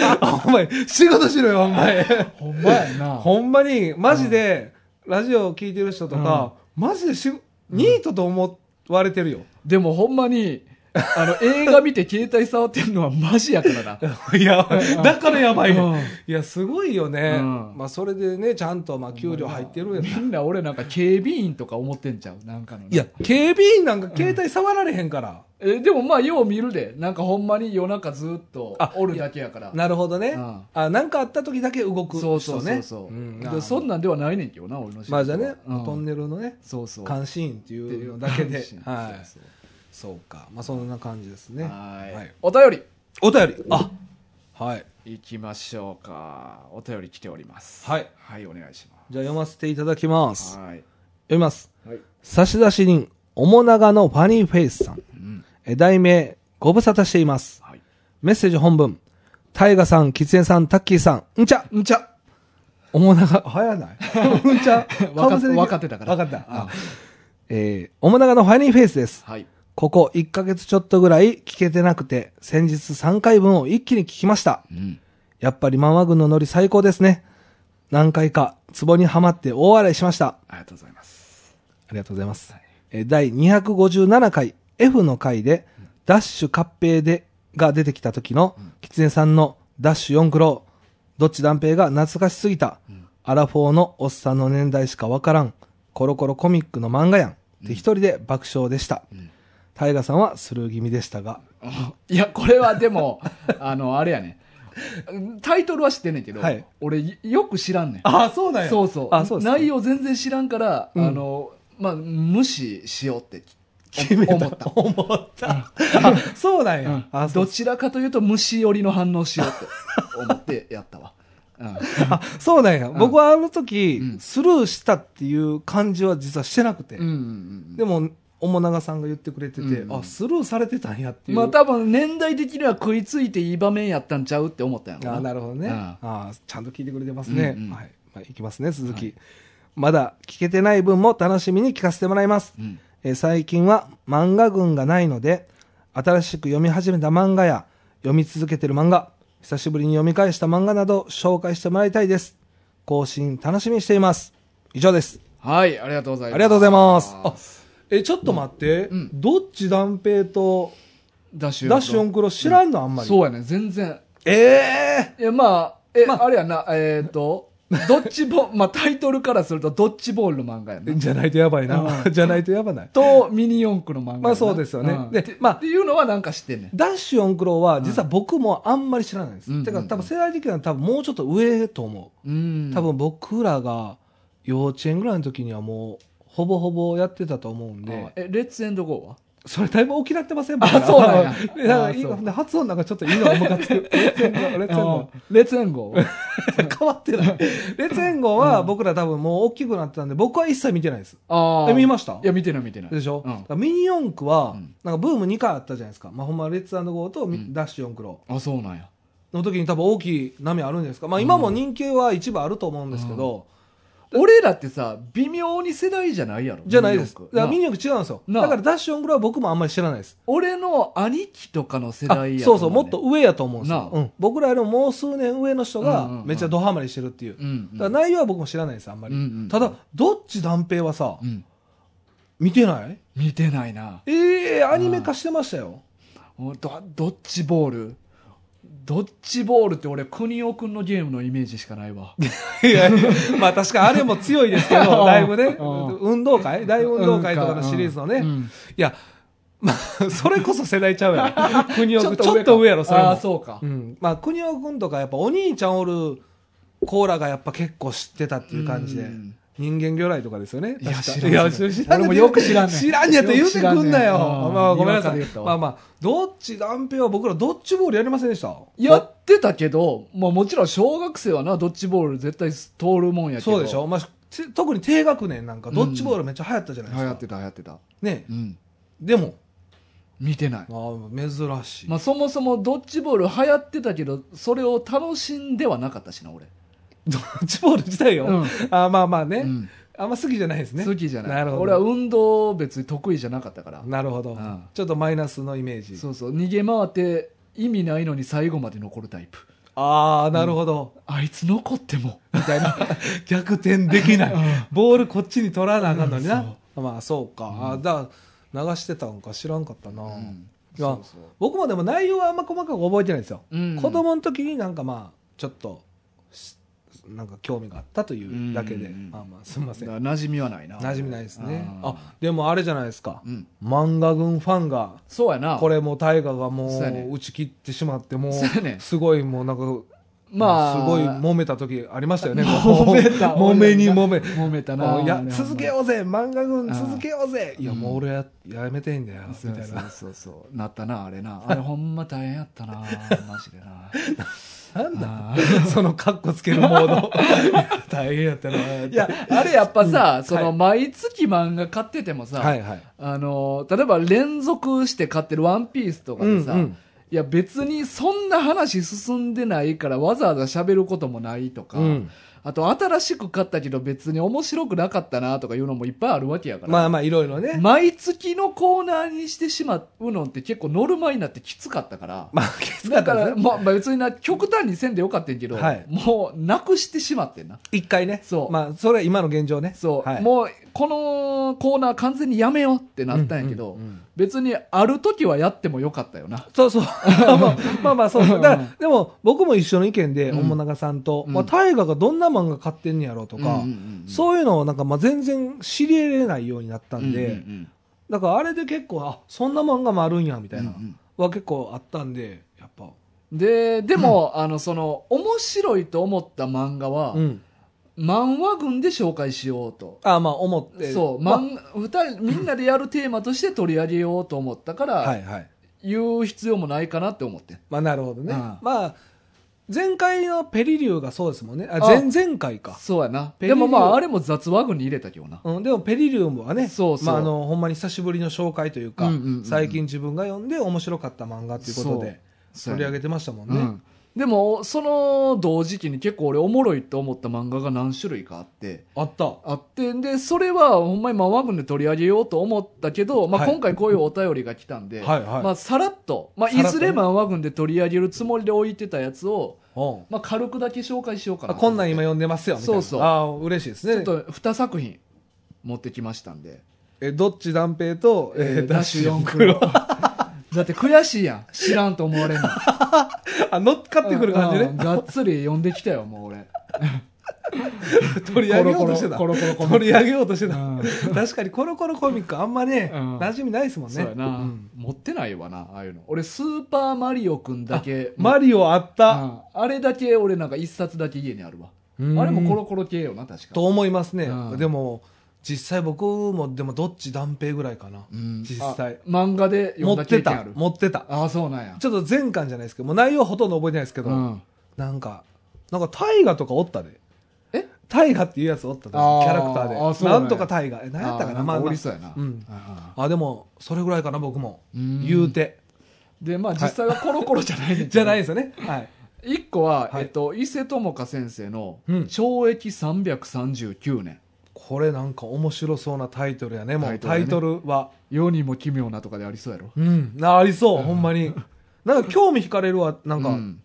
お前、仕事しろよ、お前。 ほんまやなほんまに、マジで、ラジオを聞いてる人とか、マジでし、ニートと思われてるよ。でもほんまにあの映画見て携帯触ってるのはマジやからな いや、だからやばいうんね。いや、すごいよね。うんまあ、それでね、ちゃんと、まあ、給料入ってるやん。いみんな俺なんか警備員とか思ってんちゃうなんかのなや、警備員なんか携帯触られへんから。えでもまあよう見るでなんかほんまに夜中ずっとあおるだけやからなるほどねうん。あ、なんかあった時だけ動く人ね。そうそうそうそんうでそんなんではないねんけどな俺の仕事まはあ、じゃあね、うんトンネルのね、そうそう監視員ってっていいううのだけで話。はい。そうそうそうか。まあ、そんな感じですね。はいはいお便お便り。あはい。りいきましょうかお便り来ておりますはいはいお願いしまじゃあ読ませていただきますす。はい読みます。はい差出人、おもながのファニーフェイスさん。うんえ題名、ご無沙汰しています。はいメッセージ本文。タイガさん、キツネさん、タッキーさん、んちゃんちゃおもなが、早 ないんちゃわかぶせできわかってたからわかった。ああえー、おもながのファニーフェイスです。はいここ1ヶ月ちょっとぐらい聞けてなくて、先日3回分を一気に聞きました。うんやっぱりマンワ軍のノリ最高ですね。何回か、壺にはまって大笑いしました。ありがとうございます ありがとうございます。えー第257回 F の回で、ダッシュ合併で、が出てきた時の、キツネさんのダッシュ4苦労。どっち断平が懐かしすぎた。アラフォーのおっさんの年代しかわからん。コロコロコミックの漫画やん。って一人で爆笑でした。タイガさんはスルー気味でしたが。いやこれはでも あのあれやねタイトルは知ってんねんけどはい俺よく知らんねんあ、そうだそうそうあ、そうですか内容全然知らんから、うんあのまあ、無視しようって決めた。思った思った。あ、そうなんうんや。 あ、そどう。ちらかというと虫寄りの反応しようって思ってやったわ。うん あ、そうなんや。ん僕はあの時う、んスルーしたっていう感じは実はしてなくてうんう。んでも、おもながさんが言ってくれててう、んあ、スルーされてたんやってういん、う。まあ多分年代的には食いついていい場面やったんちゃうって思ったんやろあーなな。るほどね、うんあーちゃんと聞いてくれてますね、うんうんはいまあ、いきますね続き、はいまだ聞けてない分も楽しみに聞かせてもらいます、うんえー最近は漫画群がないので新しく読み始めた漫画や読み続けてる漫画久しぶりに読み返した漫画など紹介してもらいたいです更新楽しみにしています以上ですはい、ありがとうございます。ありがとうございますあえちょっと待って、うんどっち断平とダッシュダッシュオンクロ知らんのあんまり、そうやね、全然。ええいや、まあ、え、あれやな、えっ、と、 ドッジボール、まあタイトルからするとドッジボールの漫 画やね。じゃないとやばいな、うじゃないとやばないと、ミニ四駆の漫画やな。まあそうですよねでで、ままああ。っていうのはなんか知ってんねん。ダッシュ四クロは実は僕もあんまり知らないです。うんてかうん多分世代的には多分もうちょっと上と思うう。ん。多分僕らが幼稚園ぐらいの時にはもうほぼほぼやってたと思うんあで、え、レッツエンドゴーはそれだいぶ大きなってませんあそうなん やでだからあそういい発音なんかちょっといいのが ムカつく。レッツエンゴ、レッツエンゴ。うんレッツエンゴー 変わってない。レッツエンゴは僕ら多分もう大きくなってたんで、僕は一切見てないです。あ え見ましたいや、見てない見てない。でしょ、うんだからミニ四駆はうん、なんかブーム2回あったじゃないですか。まあほんまレッツエンゴとミうんダッシュ四クロ。あ、そうなんや。の時に多分大きい波あるんじゃないですか、まあ、今も人気は一部あると思うんですけど、 俺らってさ、微妙に世代じゃないやろ。じゃないですだミニ四駆からミニ四駆違うんですよなだあからダッシュオングロは僕もあんまり知らないです俺の兄貴とかの世あ代やそうそう思もうっねと。上やと思うんですなよあ、うん僕らよりももう数年上の人がうんうんうんめっちゃドハマりしてるっていう、うん、うん。だから内容は僕も知らないですあんまり、うんうんうんただどっち断平はさうん。見てない見てないな。ええアニメ化してましたよおどドッジボールドッジボールって俺国尾くんのゲームのイメージしかない わ いやまあ確かにあれも強いですけどだいぶね うん運動会大運動会とかのシリーズのね、うんいや、まあ、それこそ世代ちゃうや ろ。国ち尾ょ君ちょっと上やろ、それああもー。そうかう、ん。まあ、国尾君とかやっぱお兄ちゃんおるコーラがやっぱ結構知ってたっていう感じでうん。人間魚雷とかですよね。いや確か知らんいや、知らん知らん。俺もよく知らんねん知らんやと言うてくんなよ。よく知らんねんうんまあ、ごめんなにさわかでい言った。わまあまあ、どっち、断平は僕らドッジボールやりませんでしたやってたけど、まあ、もちろん小学生はなドッジボール絶対通るもんやけどそうでしょまあ、て特に低学年なんかドッジボールめっちゃ流行ったじゃない流です行かっ。てた流行ってたね。うんでも、見てないあー珍しいま。あ、そもそもドッジボール流行ってたけどそれを楽しんではなかったしな俺、ドッジボール自体よ。うんあーまあまあね。うんあんま好きじゃないですね。好きじゃないなるほど俺は運動別に得意じゃなかったからなるほうど、んちょっとマイナスのイメージ。そうそう逃げ回って意味ないのに最後まで残るタイプああ、なるほど、あいつ残ってもみたいな逆転できない。うんボールこっちに取らなあかんのにうんな。まあそうか。あーだから流してたんか知らんかったな、いやそうそう僕もでも内容はあんま細かく覚えてないんですよ。うん子供の時になんかまあ、ちょっとし、なんか興味があったというだけで。うんまあまあ、すみませだかん。馴ら馴染みはないな染みないですね。あーあ、でもあれじゃないですかう。ん漫画軍ファンがそうやなこれもう大河がもそうやねう打ち切ってしまってもそうやねうすごいもうなんかまあすごい揉めた時ありましたよ ね揉めた もう揉めに揉め揉めたもなういや俺続けようぜ漫画軍あー続けようぜいやうんもう俺ややめてんだよみたそういそうなそうそうなったなあれ なあれほんま大変やったなマジでななんだあー そのカッコつけるモ ードいや大変やったないいやあれやっぱさ、うんその毎月漫画買っててもさ、はいはいあの例えば連続して買ってる「ワンピースとかでさ、うんうんいや別にそんな話進んでないからわざわざ喋ることもないとか、うんあと新しく買ったけど別に面白くなかったなとかいうのもいっぱいあるわけやから、まあまあいろいろね毎月のコーナーにしてしまうのって結構ノルマになってきつかったから、まあきつかだっかたら、ですねまあ、まあ別にな極端にせんでよかったんやけど、はいもうなくしてしまってんな一回ねそうまあそれは今の現状ねそう、はいもうこのコーナー完全にやめようってなったんやけど、うんうんうん別にある時はやってもよかったよなそ うそう。まあまあまあそうそう。だかうらん、でも僕も一緒の意見で、うんおもながさんと、うんまあ大河がどんな漫画買ってんねやろうととか、そういうのをなんかまあ全然知り得れないようになったんで、だからあれで結構、あ、そんな漫画もあるんや、みたいなうんうん、は結構あったんで、やっぱ。ででも、あのその面白いと思った漫画は、うん。漫画群で紹介しようと。あまあ思ってそう、ま漫画、二人、みんなでやるテーマとして取り上げようと思ったかあら、はいはい言う必要もないかなって思って。まあなるほどね、うんまあ前回のペリリューがそうですもんねああ前前回か、そうやな。ペリでリューもまあ、あれも雑話群に入れたけどな。うん、でもペリリュームはねそうそうまあ、あのほんまに久しぶりの紹介というか、うんうんうんうん最近自分が読んで面白かった漫画ということでそう取り上げてましたもんうね、ん。でも、その同時期に結構俺おもろいと思った漫画が何種類かあって、あったあって、で、それはほんまに漫画群で取り上げようと思ったけど、まあはい今回こういうお便りが来たんで、はいはいまあさらっと、まあいさらっとずねれ漫画群で取り上げるつもりで置いてたやつを、うんまあ軽くだけ紹介しようかなあとこ思んって。なん今読んでますよみたいなそうそうあー嬉しいですねちょっと2作品持ってきましたんで。えどっち断平と、えーダッシュ四四クロ だって悔しいやん。知らんと思われんの。 あ乗っかってくる感じうんうんねがっつり読んできたよ、もう俺。取り上げようとしてたコロコロコロコロ取り上げようとしてたうん確かにコロコロコミックあんまね、うん馴染みないですもんねそうやな、ん持ってないわなああいうの俺スーパーマリオくんだけマリオあっうんた、あれだけ俺なんか一冊だけ家にあるわうんあれもコロコロ系よな確かと思いますね、うんでも実際僕もでもどっち断平ぐらいかな、うん実際あ漫画で持読んっだて経験あたる持ってたああそうなんやちょっと前巻じゃないですけどもう内容ほとんど覚えてないですけど、うんなんかなんか大河とかおったでえ大河っていうやつおったでキあーャラクターであそうななんやんとか大河え何やったかなあーんまあまおありそうやな、うんああでもそれぐらいかな僕もーうん言うてでまあ実際はコロコロじゃないねんけど じゃないですよねはい一個は、はいえっと、伊勢智香先生のうん懲役339年、これなんか面白そうなタイトルやねもうタタイイトトルは世にも奇妙なとかでありそうやろうんなありそうほんまになんか興味惹かれるわなんか、うん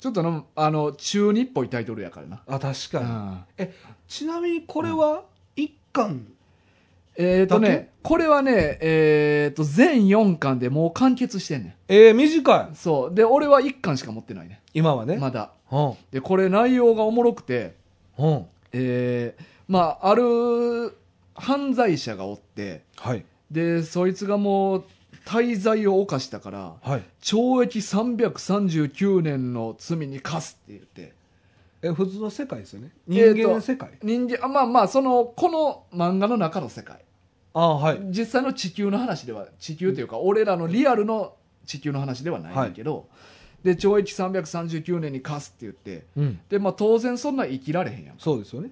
ちょっとのあの中二っぽいタイトルやからなあ確かに、うんえちなみにこれは一巻えっ、とだけね、これはね、えっ、と、全4巻でもう完結してんねえー、短ん。そう。で、俺は1巻しか持ってないね。い今はね、まだ。うんで、これ内容がおもろくて、うんえー、まあ、ある犯罪者がおって、はいで、そいつがもう、滞在を犯したから、はい懲役339年の罪に課すって言って、え普通の世界ですよね人えーと間世界、人間、あまあまあ、その、この漫画の中の世界。ああはい実際の地球の話では地球というか俺らのリアルの地球の話ではないんだけど、で懲役339年に課すって言ってうんで、まあ、当然そんな生きられへんやんそうですよね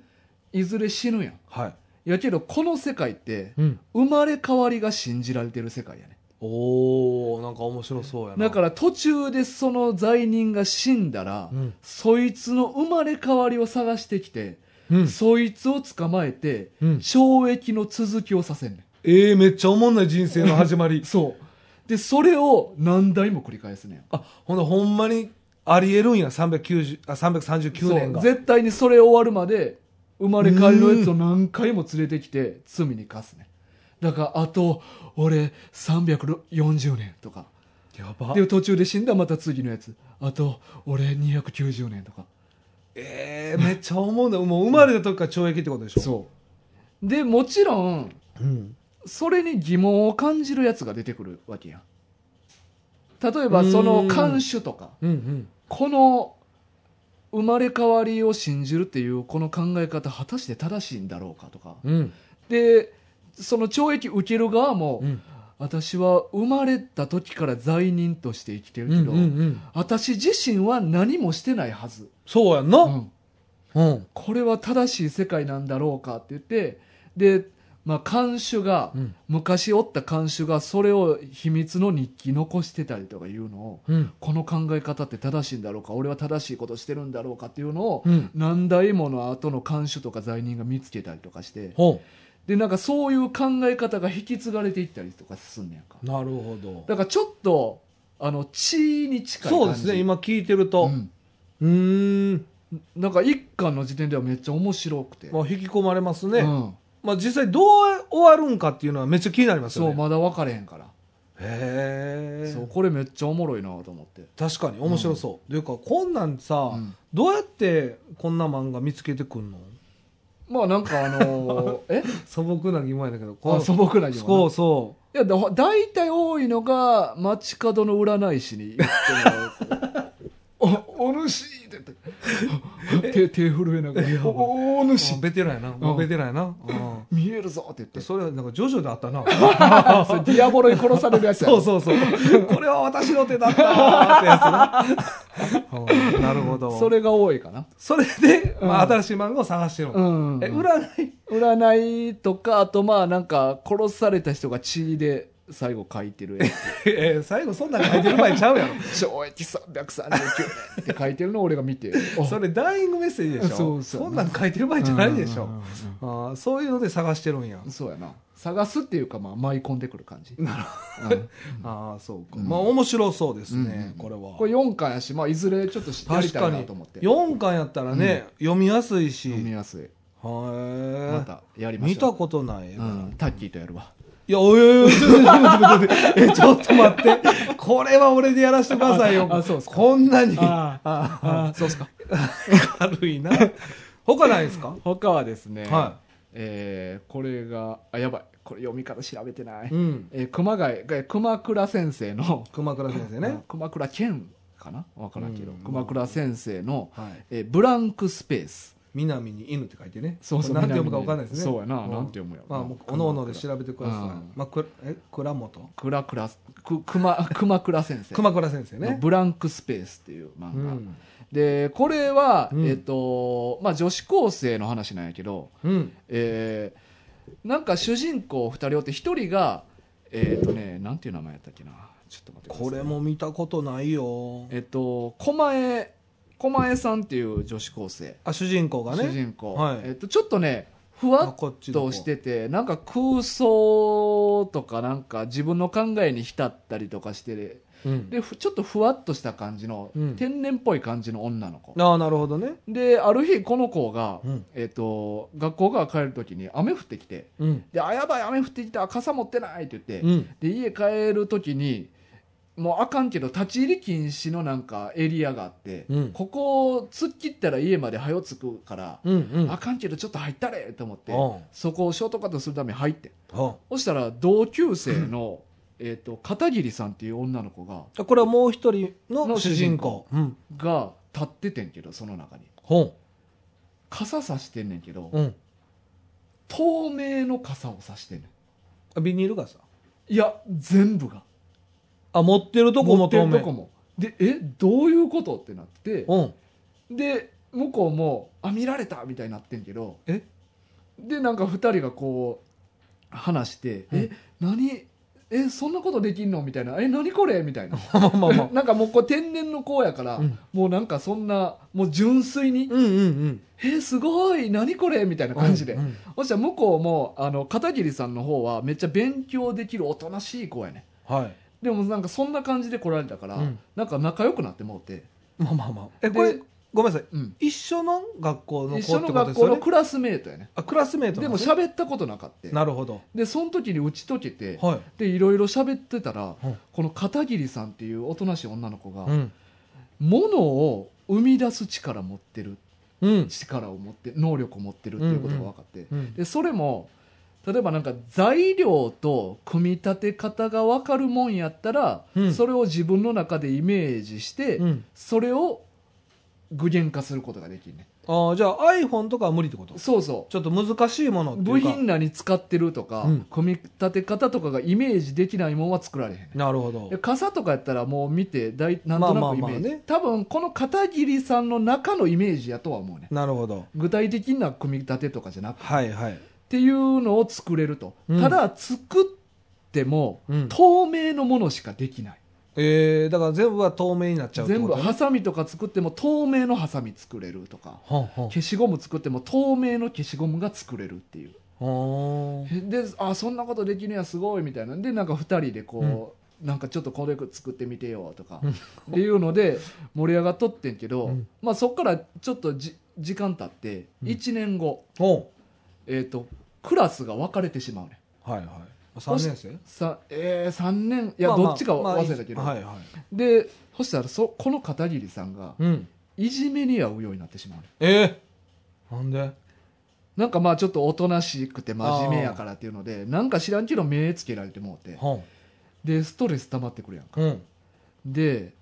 いずれ死ぬやんはいやけどこの世界ってうん生まれ変わりが信じられてる世界やねおーなんか面白そうやなだから途中でその罪人が死んだら、うんそいつの生まれ変わりを探してきて、うんそいつを捕まえて、うん懲役の続きをさせんねんえー、めっちゃおもんない人生の始まりそうでそれを何代も繰り返すねんあほんなほんまにありえるんや390あ339年がそう絶対にそれ終わるまで生まれ変わりのやつを何回も連れてきて罪に課すねだからあと俺340年とかやばで途中で死んだらまた次のやつあと俺290年とかえー、めっちゃおもんないもう生まれた時から懲役ってことでしょそうでもちろんう、うん、それに疑問を感じるやつが出てくるわけやん例えばそうのん看守とかうんうんこの生まれ変わりを信じるっていうこの考え方果たして正しいんだろうかとかうんでその懲役受ける側も、うん私は生まれた時から罪人として生きてるうけんど、うん私自身は何もしてないはず、そうやんな、うんうんこれは正しい世界なんだろうかって言ってで、まあ、看守が、うん昔おった看守がそれを秘密の日記残してたりとかいうのをうんこの考え方って正しいんだろうか俺は正しいことしてるんだろうかっていうのを、うん何代もの後の看守とか罪人が見つけたりとかして、ほでなんかそういう考え方が引き継がれていったりとかすんねやんかうなるほどだからちょっとあの地に近い感じそうですね今聞いてるとうんうーんなんか一巻の時点ではめっちゃ面白くて、まあ、引き込まれますね、うんまあ、実際どう終わるんかっていうのはめっちゃ気になりますよそうねまだ分かれへんから、へえそうこれめっちゃおもろいなと思って確かに面白そう、というかこんなんさ、うんどうやってこんな漫画見つけてくんのまあなんかあのーえ 素朴な疑問やだけどあ素朴な疑問そなうそいやだ大体多いのが街 角の占い師に行ってもらうおお主って言って 手手震えながいやら「おお主ベテランやな。もうベテランやな。う見えるぞ」って言 ってんそれはなんか徐々であった な。それディアボロに殺されるやつやそろうそうそう。 これは私の手だったーってやつな うんなるほど。それが多いかなそれで、まあ、うん新しい漫画を探してるの。んえ、占い占いとかあとまあなんか殺された人が血で最後書いてる絵 え、最後そんなん書いてる場合ちゃうやろ。懲役339年って書いてるのを俺が見 てそれダイイングメッセージでしょ。そうそうそんなん書いてる場合じゃないでしうんうんょ。あーそういうので探してるんや。そうやな探すっていうかまあ舞い込んでくる感じなるほど、うんああ、そううか。んまあ面白そうですうんうんね、これは。これ4巻やし、まあ、いずれちょっとやり確たかいなにと思って4巻やったらね、読みやすいし読みやすいまはたやいりま見したょうことない映画うん、タッキーとやるわいやおいおいおいちょっと待ってえちょっと待ってこれは俺でやらせてくださいよあそうっすかこんなにああそうっすかー軽いな他ないですか他はですね、はえーこれがあやばいこれ読み方調べてない、うんえー熊谷えー熊倉先生の、熊倉先生ねあ熊倉健かなわからんけど、うん熊倉先生の、はいえーブランクスペース南に犬って書いてねそうそうこれなんて読むか分かんないですねそうやなうんなんて読むやろまあなもうおのおので調べてくださいうんまあくえ倉本倉倉く熊 熊倉先生熊倉先生のねブランクスペースっていう漫う画、んでこれは、うんえっとまあ、女子高生の話なんやけど、うんえーなんか主人公2人おって1人がえっ、とねなんていう名前やったっけなちょっと待ってくださいこれも見たことないよえっと狛江狛江さんっていう女子高生、あ主人公がね主人公、はいえっとちょっとねふわあっこっちのと子しててなんか空想とかなんか自分の考えに浸ったりとかしてうんでふちょっとふわっとした感じの、うん天然っぽい感じの女の子ああなるほどねである日この子が、うんえっと学校から帰る時に雨降ってきてうんであやばい雨降ってきた傘持ってないって言って、うんで家帰る時にもうあかんけど立ち入り禁止のなんかエリアがあって、うんここを突っ切ったら家まで早着くから、うんうんあかんけどちょっと入ったれと思って、うんそこをショートカットするために入ってはそしたら同級生の、えっと片桐さんっていう女の子があこれはもう一人のの主主人人公公うんが立っててんけどその中にほ傘さしてんねんけど、ううん透明の傘をさしてんねあビニール傘んいや全部があ持ってるとこも持ってる透明とこもでえどういうことってなってうんで向こうも「あ見られた!」みたいになってんけどえでなんか2人がこう話して「うんえ何えそんなことできんの?」みたいな「え何これ?」みたい なまあまあまあなんかもうこう天然の子やから、うんもうなんかそんなもう純粋にうんうん「えすごい何これ?」みたいなうん感じで、うんそしたら向こうもあの片桐さんの方はめっちゃ勉強できるおとなしい子やねはいでもなんかそんな感じで来られたから、うんなんか仲良くなってもうて、まあまあまあえでこれごめんなさいうん一緒の学校の子っ一緒のてことで学すよ校のねクラスメートやねあクラスメートでなんもすね喋ったことなかったなるほどでその時に打ち解けてはいでいろいろ喋ってたら、うんこの片桐さんっていうおとなしい女の子が、うん物を生み出す力持ってるうん力を持って能力を持ってるっていうことが分かって、うんでそれも例えばなんか材料と組み立て方が分かるもんやったら、うんそれを自分の中でイメージして、うんそれを具現化することができるねああじゃあ iPhone とかは無理ってことそうそうちょっと難しいものってい部うか品らに使ってるとか、うん組み立て方とかがイメージできないもんは作られへんねなるほどで傘とかやったらもう見てだいなんとまあまあなくイまあメージ、ね多分この片桐さんの中のイメージやとは思うねなるほど具体的な組み立てとかじゃなくはいはいっていうのを作れると、うんただ作ってもうん透明のものしかできない、えー、だから全部は透明になっちゃうって全こ部と、ね、ハサミとか作っても透明のハサミ作れるとかはんはん消しゴム作っても透明の消しゴムが作れるっていうほーであそんなことできるやすごいみたいなんでなんか2人でこう、なんかちょっとこれ作ってみてよとか、うんっていうので盛り上がっとってんけど、うんまあ、そこからちょっとじ時間経ってうん1年後、ほえー、とクラスが分かれてしまうねうはいはい3年生いさ、えー、3年いや、どっちかは忘れたけど、はいはいでそしたらそこの片桐さんがうんいじめに遭うようになってしまうねえー、なんでなんかまあちょっとおとなしくて真面目やからっていうのでなんか知らんけど目つけられてもうてほんでストレス溜まってくるやんうんで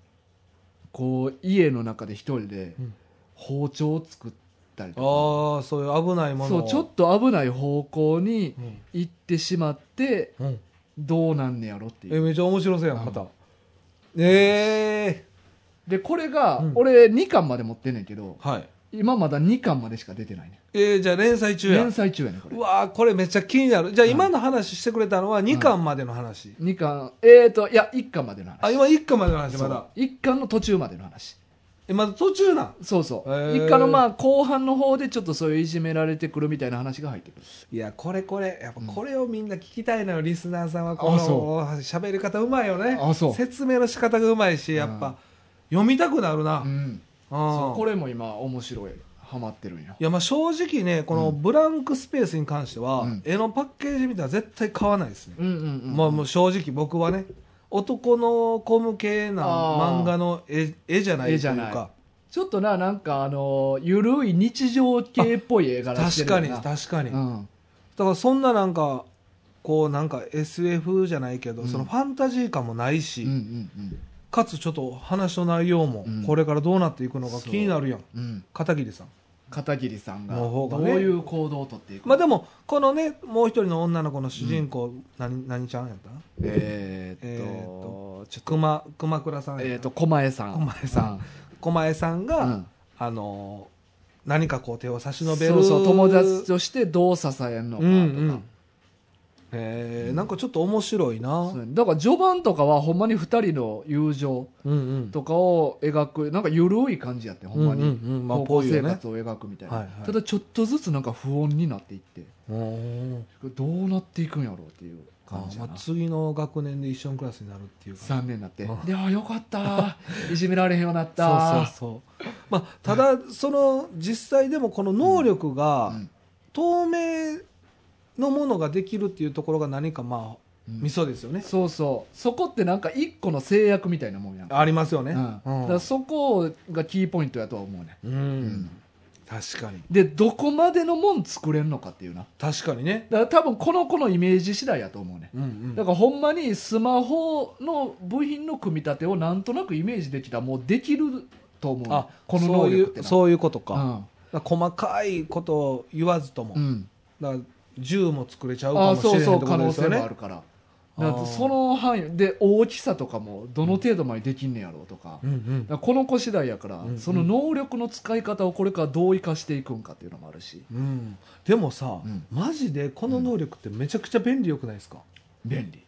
こう家の中で一人で、うん包丁を作ったりとああそういう危ないかものそをうちょっと危ない方向にうん行ってしまってうんどうなんねやろっていえうめっちゃ面白そうやんまたうええでこれがうん俺2巻まで持ってんねんけどはい今まだ2巻までしか出てないねえー、じゃあ連載中や連載中やねんこれうわーこれめっちゃ気になるじゃあうん今の話してくれたのは2巻までの話、 2巻えーといや1巻までの話あ今1巻までの話そまうだ一巻の途中までの話えまだ途中なんそうそう、へー一巻のまあ後半の方でちょっとそういういじめられてくるみたいな話が入ってくるいやこれこれやっぱこれをみんな聞きたいのよ、リスナーさんはこあの喋り方うまいよねあそう説明の仕方がうまいしやっぱ、読みたくなるな、うんあそうこれも今面白いハマってるんやいやまあ正直ねこのブランクスペースに関しては、うん絵のパッケージ見たら絶対買わないですね、うんうんうんまあもう正直僕はね男の子向けなあー漫画の絵絵じゃない絵とじいゃうないかちょっとななんかあのーゆるい日常系っぽい映画らし確てるよかなに確かに、だうんからそんななんかこうなんか SF じゃないけど、うんそのファンタジー感もないし、うんうんかつちょっと話の内容もうんこれからどうなっていくのかそう気になるやんうんうん片桐さん片桐さんがの方どうがねいう行動をとっていくか、まあでもこのねもう一人の女の子の主人公、何何ちゃんやったえー、っと,、ええーっちょっ熊熊倉さんとやえーっと狛江さん狛江さん狛江さんうが、んうんあの何かこう手を差し伸べるそうそう友達としてどう支えんのかとか、うんうんえーなんかちょっと面白いなそうだから序盤とかはほんまに2人の友情うんうんとかを描くなんか緩い感じやってほんまに、うんうんうんまあ高校ぽいよ生ね活を描くみたいな、はいはいただちょっとずつなんか不穏になっていってどうなっていくんやろうっていう感あじまやあな、次の学年で一緒のクラスになるっていうか3年になってうんであよかった いじめられへんようになったそうそうそうまあただその実際でもこの能力がうん透明のものができるっていうところが何かまあミソですよね、そうそうそこってなんか一個の制約みたいなもんやん、ありますようねんだからそこがキーポイントやとは思うねうんん確かにでどこまでのもん作れんのかっていうな確かにねだから多分この子のイメージ次第やと思うねうんうんだからほんまにスマホの部品の組み立てをなんとなくイメージできたらもうできると思うあこの能力ってなそういうそういうことか,、うん細かいことを言わずとも、うんだから銃も作れちゃうかあもあしれそないうそってうこ可とで能す性よねもあるからだかあーらその範囲で大きさとかもどの程度までできんねやろうとか,、うんうんこの子次第やから、うんうんその能力の使い方をこれからどう生かしていくんかっていうのもあるしうん、でもさ、うんマジでこの能力ってめちゃくちゃ便利よくないですか、便利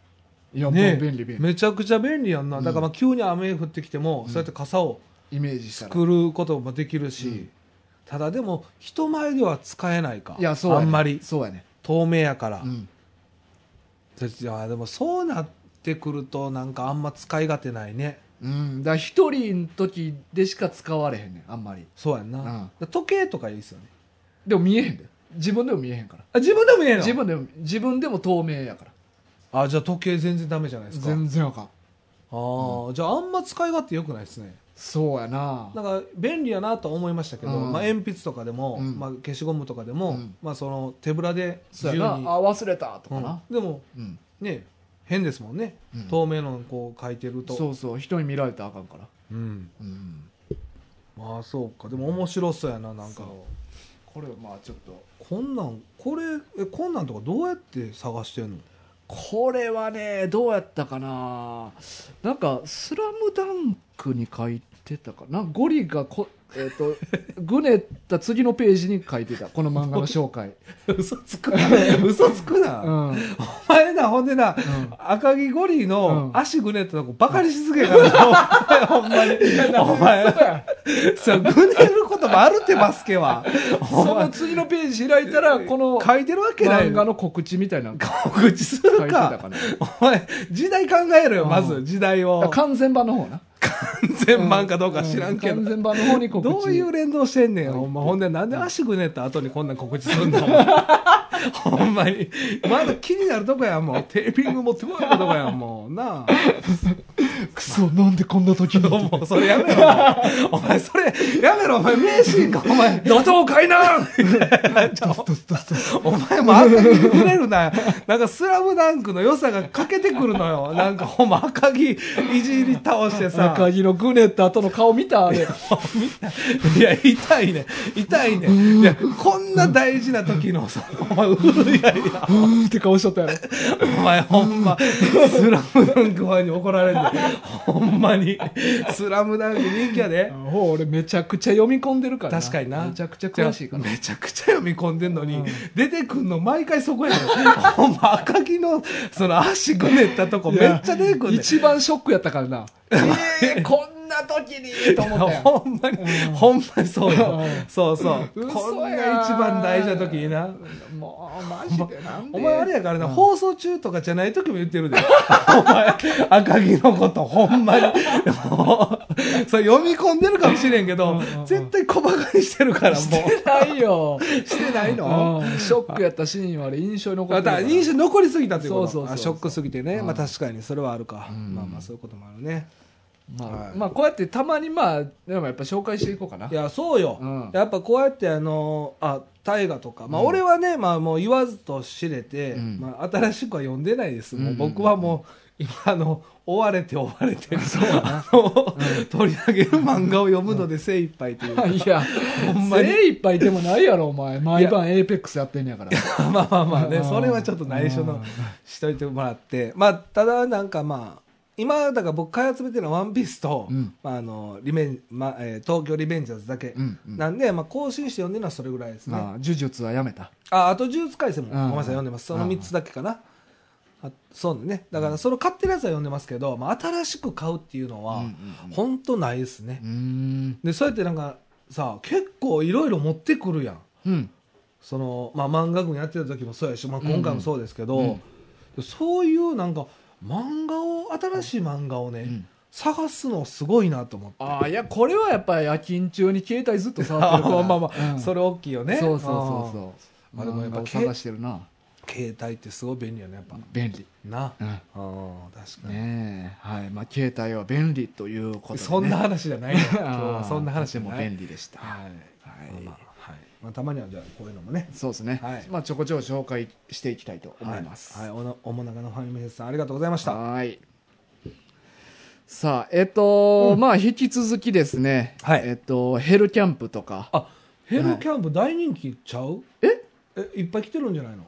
いや、ねもう便利便利めちゃくちゃ便利やんな、うんだからまあ急に雨降ってきても、うんそうやって傘をイメージしたら作ることもできるし、うんただでも人前では使えないかいやそうやあねんまりそうやね、透明やから、うんいやでもそうなってくるとなんかあんま使い勝手ないねうん、だから一人の時でしか使われへんねんあんまりそうやんな、うんだから時計とかいいですよねでも見えへんで自分でも見えへんからあ自分でも見えんの自分でも自分でも透明やからあじゃあ時計全然ダメじゃないですか全然あかんああ、じゃああんま使い勝手良くないですねそうやななんか便利やなとは思いましたけど、うんまあ、鉛筆とかでも、うんまあ、消しゴムとかでも、うんまあ、その手ぶらでそうにやなあ忘れたとかうんな、でもうんね変ですもんね、うん透明のこう書いてるとそうそう人に見られたらあかんからうんうんまあそうかでも面白そうやななんかそうこれまあちょっとこんなんこれえこんなんとかどうやって探してんのこれはねどうやったかななんか「スラムダンクに書いてたかなゴリがこえっ、 とぐねった次のページに書いてたこの漫画の紹介嘘つくな 嘘つくな、うん、うんお前なほんでな、赤木ゴリのうん足ぐねったとこバカにしすぎやから、ほんまにお前そうぐねることもあるってバス ケはおその前次のページ開いたらこの書いてるわけない漫画のの告知みたいなの告知す書いるてたかかなお前時代考えろようんまず時代を完完全版の方な全漫かどうか知らんけうど完全版の方に告知どういう連動してんねん、はいほんま。ほんで、なんで足ぐねった後にこんなん告知す んのほんまに。まだ気になるとこやん、もう。テーピング持ってこないとこやん、もう。なあ。クソなんでこんな時にどうも、それやめろ。 お前お前、それ、やめろ、お前、名シーンか、お前。打倒海南ちょお前もあんなに触れるな。なんか、スラムダンクの良さが欠けてくるのよ。なんか、ほんま、赤木いじり倒してさ。赤木のグネった後の顔見たあれみんないや、痛いね。痛いね。いや、こんな大事な時の、その、お前、うるやいや。うーんって顔しとったやろお前、ほんま、スラムダンクファンに怒られるんで。ほんまに。スラムダンク人気やで。ほう俺めちゃくちゃ読み込んでるから確かになめちゃくちゃ詳しいからじゃあめちゃくちゃ読み込んでんのに、出てくんの毎回そこやねんほんま赤木のその足ぐねったとこめっちゃ出てくんねん一番ショックやったからなえー こんな時にと思ったやんほんまに、ほんまにそうようんそうそう嘘やんこんな一番大事な時になもうマジでなんでお前あれやからな、放送中とかじゃない時も言ってるでお前赤木のことほんまに もうそれ読み込んでるかもしれんけど絶対小バカにしてるからもうないよしてないのうんショックやったシーンはあれ印象に残だってるかからら印象に残りすぎたということそうそうそうそうあショックすぎてね、まあ、確かにそれはあるか、んまあまあそういうこともあるねまあ、はいまあこうやってたまにまあでもやっぱ紹介していこうかないやそうよ、うんやっぱこうやってあのあ大河とか、まあ、俺はね、まあ、もう言わずと知れて、うんまあ、新しくは読んでないです、もううん僕はもう今あの追われて追われて あの、取り上げる漫画を読むので精一杯というか、 いやほんまに精一杯でもないやろお前毎晩エーペックスやってんねやから まあまあまあね、うんそれはちょっと内緒うのんしといてもらって、まあ、ただなんかまあ、今、だから僕買い集めてるのはワンピースと、うんまあ、あの、リベン、まあ、えー東京リベンジャーズだけ。うんうんなんで、まあ、更新して読んでるのはそれぐらいですね。まあ呪術はやめたあ、あと呪術廻戦も、うんごめんなさい、読んでます。その3つだけかな。あそうね。だから、その買ってるやつは読んでますけど、まあ、新しく買うっていうのうはんうん、本当ないですねう。んで、そうやってなんか、さ、結構いろいろ持ってくるやん。うんその、まあ、漫画軍やってた時もそうやし、まあ、今回もそうですけど、うんうんそういうなんか漫画を新しい漫画をね、ん探すのすごいなと思って。 ああいやこれはやっぱり夜勤中に携帯ずっと触ってあるから まあまあまあ、うんそれ大きいよね。そうそうそうそうあーあでもやっぱ漫画を探してるなうん携帯ってすごい便利やね、やっぱ。便利な。うんうん、確かに。ねえはいまあ携帯は便利ということでねそんな話じゃな いよ。今日はそんな話じでゃなもい。便利でしたはい。はいまあまあはいまあ、たまにはじゃあこういうのもね。そうですねはいまあちょこちょこ紹介していきたいと思いますはい、はいおのおもなかのファミリーさんありがとうございました。はい。さあ、えっと、まあ、引き続きですね。はいえっと、ヘルキャンプとか。あヘロキャンプ大人気ちゃうええいっぱい来てるんじゃないの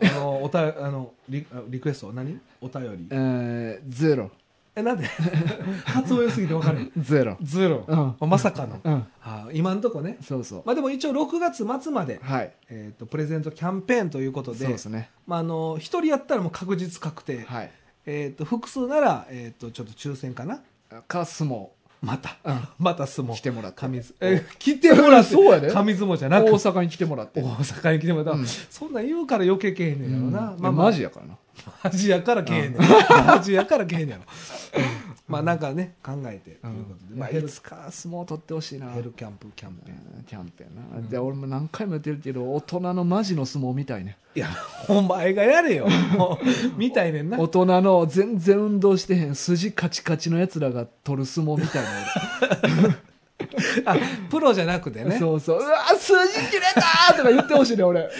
あのおたあのリあリクエスト何お便りえー、ゼロ。えなんで 発音良すぎて分かるゼロ。ゼロ、うまさかの、うん。あ今んとこねそうそう。まあでも一応6月末まで、はい。えー、とプレゼントキャンペーンということそでうですね。まあ、あの1人やったらもう確実確定、はい。えー、と複数なら、えー、とちょっと抽選かなカスもまた、うんまた相撲来てもらって。神相え来てもらってそうやで神相撲じゃ大なくて阪に来てもらって。大阪に来てもらったら、そんなん言うから余計けえへんねんやろな、うんまあまあマジやからな。マジやからけえへんねんマジやからけえへんねんやろ、まあなんかね考えてということで、まあ、ヘヘルルか相撲取ってほしいな。ヘルキャンプキャンペーンうんキャンペーンな、で俺も何回も言ってるけど大人のマジの相撲みたいねいやお前がやれよもうみたいねんな大人の全然運動してへん筋カチカチのやつらが取る相撲みたいな俺あプロじゃなくてねそうそう。うわ、数字切れたーとか言ってほしいね、俺。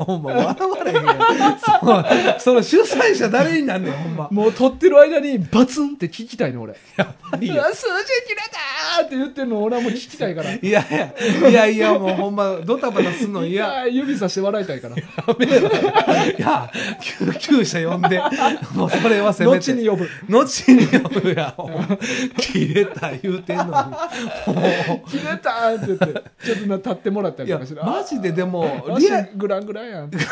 ほんま笑われへんよそうその主催者誰になんねんほんま もう撮ってる間にバツンって聞きたいの、俺。やばいうよわ、数字切れたーって言ってるの、俺はもう聞きたいから。いいやいやいやいやもうほんまドタバタすんの嫌や、指さして笑いたいから。いや、救急車呼んで、もうそれはせめ後て。に呼ぶ。後に呼ぶや。もう切れた言うてんのに。も切れたーって言って、ちょっとな立ってもらったういりとやかして。、マジででも、あリア足グラングランやん。誰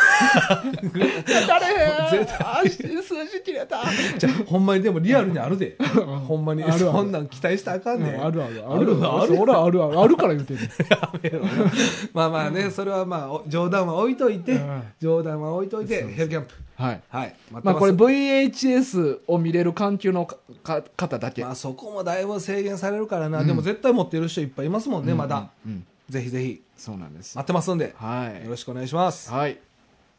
絶足数字切れたーじゃほんまにでもリアルにあるで。ほんまにあるあ。るそんなん期待したらあかんねん。あるあるああるるよある俺はあるあるあるから言うてんねんまあまあね、それはまあ、お冗談は置いといてうん、冗談は置いといて、ヘルキャンプ。はいはい。ままあこれま VHS を見れる環境のかか方だけあそこもだいぶ制限されるからな。でも絶対持ってる人いっぱいいますもんね、まだ。うんぜひぜひ、そうなんです待ってますんで、はいよろしくお願いします。はい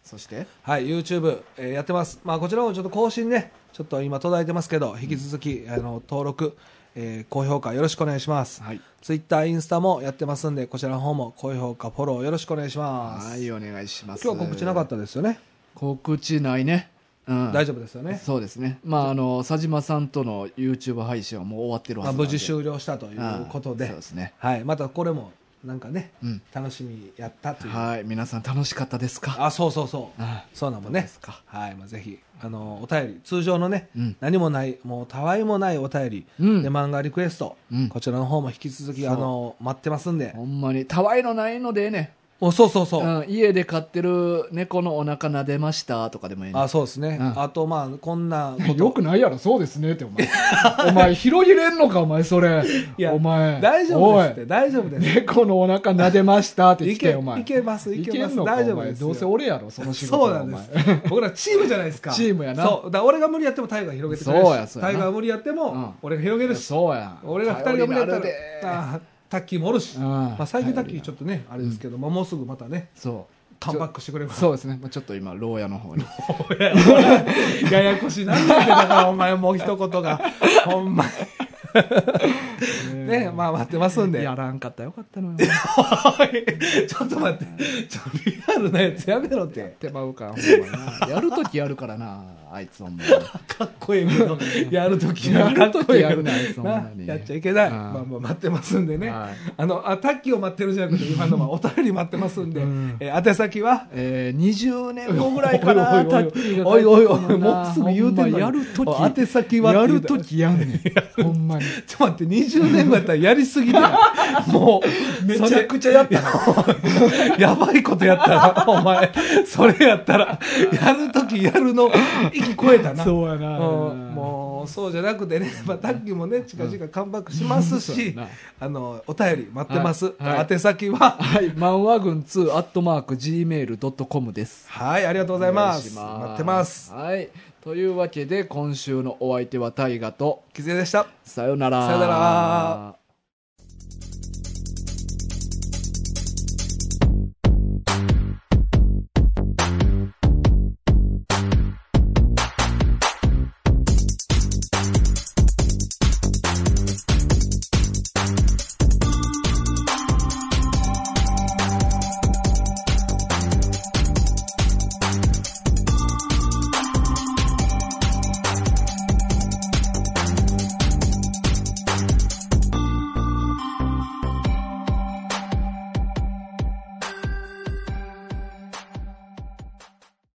そしてはい、YouTube、えーやってます。まあ、こちらもちょっと更新ね、ちょっと今途絶えてますけど、引き続き、あの、登録、えー高評価よろしくお願いします。はい Twitter、インスタもやってますんで、こちらの方も高評価、フォローよろしくお願いします。はいお願いします今日は告知なかったですよね。告知ないね、うん、大丈夫ですよね。そうですねまああの佐島さんとの YouTube 配信はもう終わってるはまあ、ずなん無で事終了したということうんでそう、ですねはい、またこれも、なんかね、うん楽しみやったという。はい皆さん楽しかったですかあ、そうそうそう。あそうなのどうねですか。はい、まあ、ぜひ、あの、お便り、通常のね、うん何もない、もうたわいもないお便り、うんで、漫画リクエスト、うんこちらの方も引き続き、そうあの、待ってますんでほ。んまにたわいのないのでええねお、そうそうそう。うん、家で飼ってる猫のお腹撫でましたとかでもいい あ、そうですね。うんあと、まあ、こんなこと。よくないやろそうですねってお前お前広げれんのかお前それいやお前大丈夫ですって、大丈夫おでいす。猫のお腹撫でましたってい来てけお前いけます、いけます。大丈夫ですよ。どうせ俺やろその仕事そうなんです。僕らチームじゃないですか。チームやなそう。だから俺が無理やってもタイガー広げてくれるし。そうやそうやなタイガーが無理やってうもん、俺が広げるし。そうや俺ら二人が無理やっ頼りにたなるでら、あータッキーもおるし。うんまあ最近タッ頼りにキなるーちょっとね、あれですけど、まあもうすぐまたね、そうカムバックしてくれるかそうですねまあちょっと今牢屋の 方にら。 ややこしいなんだけど、だからお前もう一言 が。ほんまに。ね、まあ待ってますんで。らんかったらよか ったのよおいちょっと待って。ちょっとリアルなやつやめろって。手間うかほんまなやるときやるからなあいつほんまにかっこいいけど、やるときやはるかっときこいいやけどるなそんななにやっちゃいけない。うんまあまあ待ってますんでね。はいあの、あ、タッキーを待ってるじゃなくて、今のはお便り待ってますんで、えー宛先は、えー、20年後ぐらいかなタッキーがお帰っていくおいるおのい、なもうすぐ言うてんほんのまにやるときお宛先はやって言うるたときやんねん ほんまにちょっと待って、20年後やったらやりす ぎてない。もう、めちゃくちゃやったな。 やばいことやったな、お前。それやったら、やるときやるの、息超えたな。そうやなうんもう、そうじゃなくてね、まあ、タッキーもね、近々カムバックしますそうやしな、あの、お便り待ってます。はいはい宛先は、 はい漫画軍2アットマーク Gmail.com ですはい、ありがとうございます。待ってます。はい。というわけで、今週のお相手は大ガと、キズエでした。さよなら。さよなら。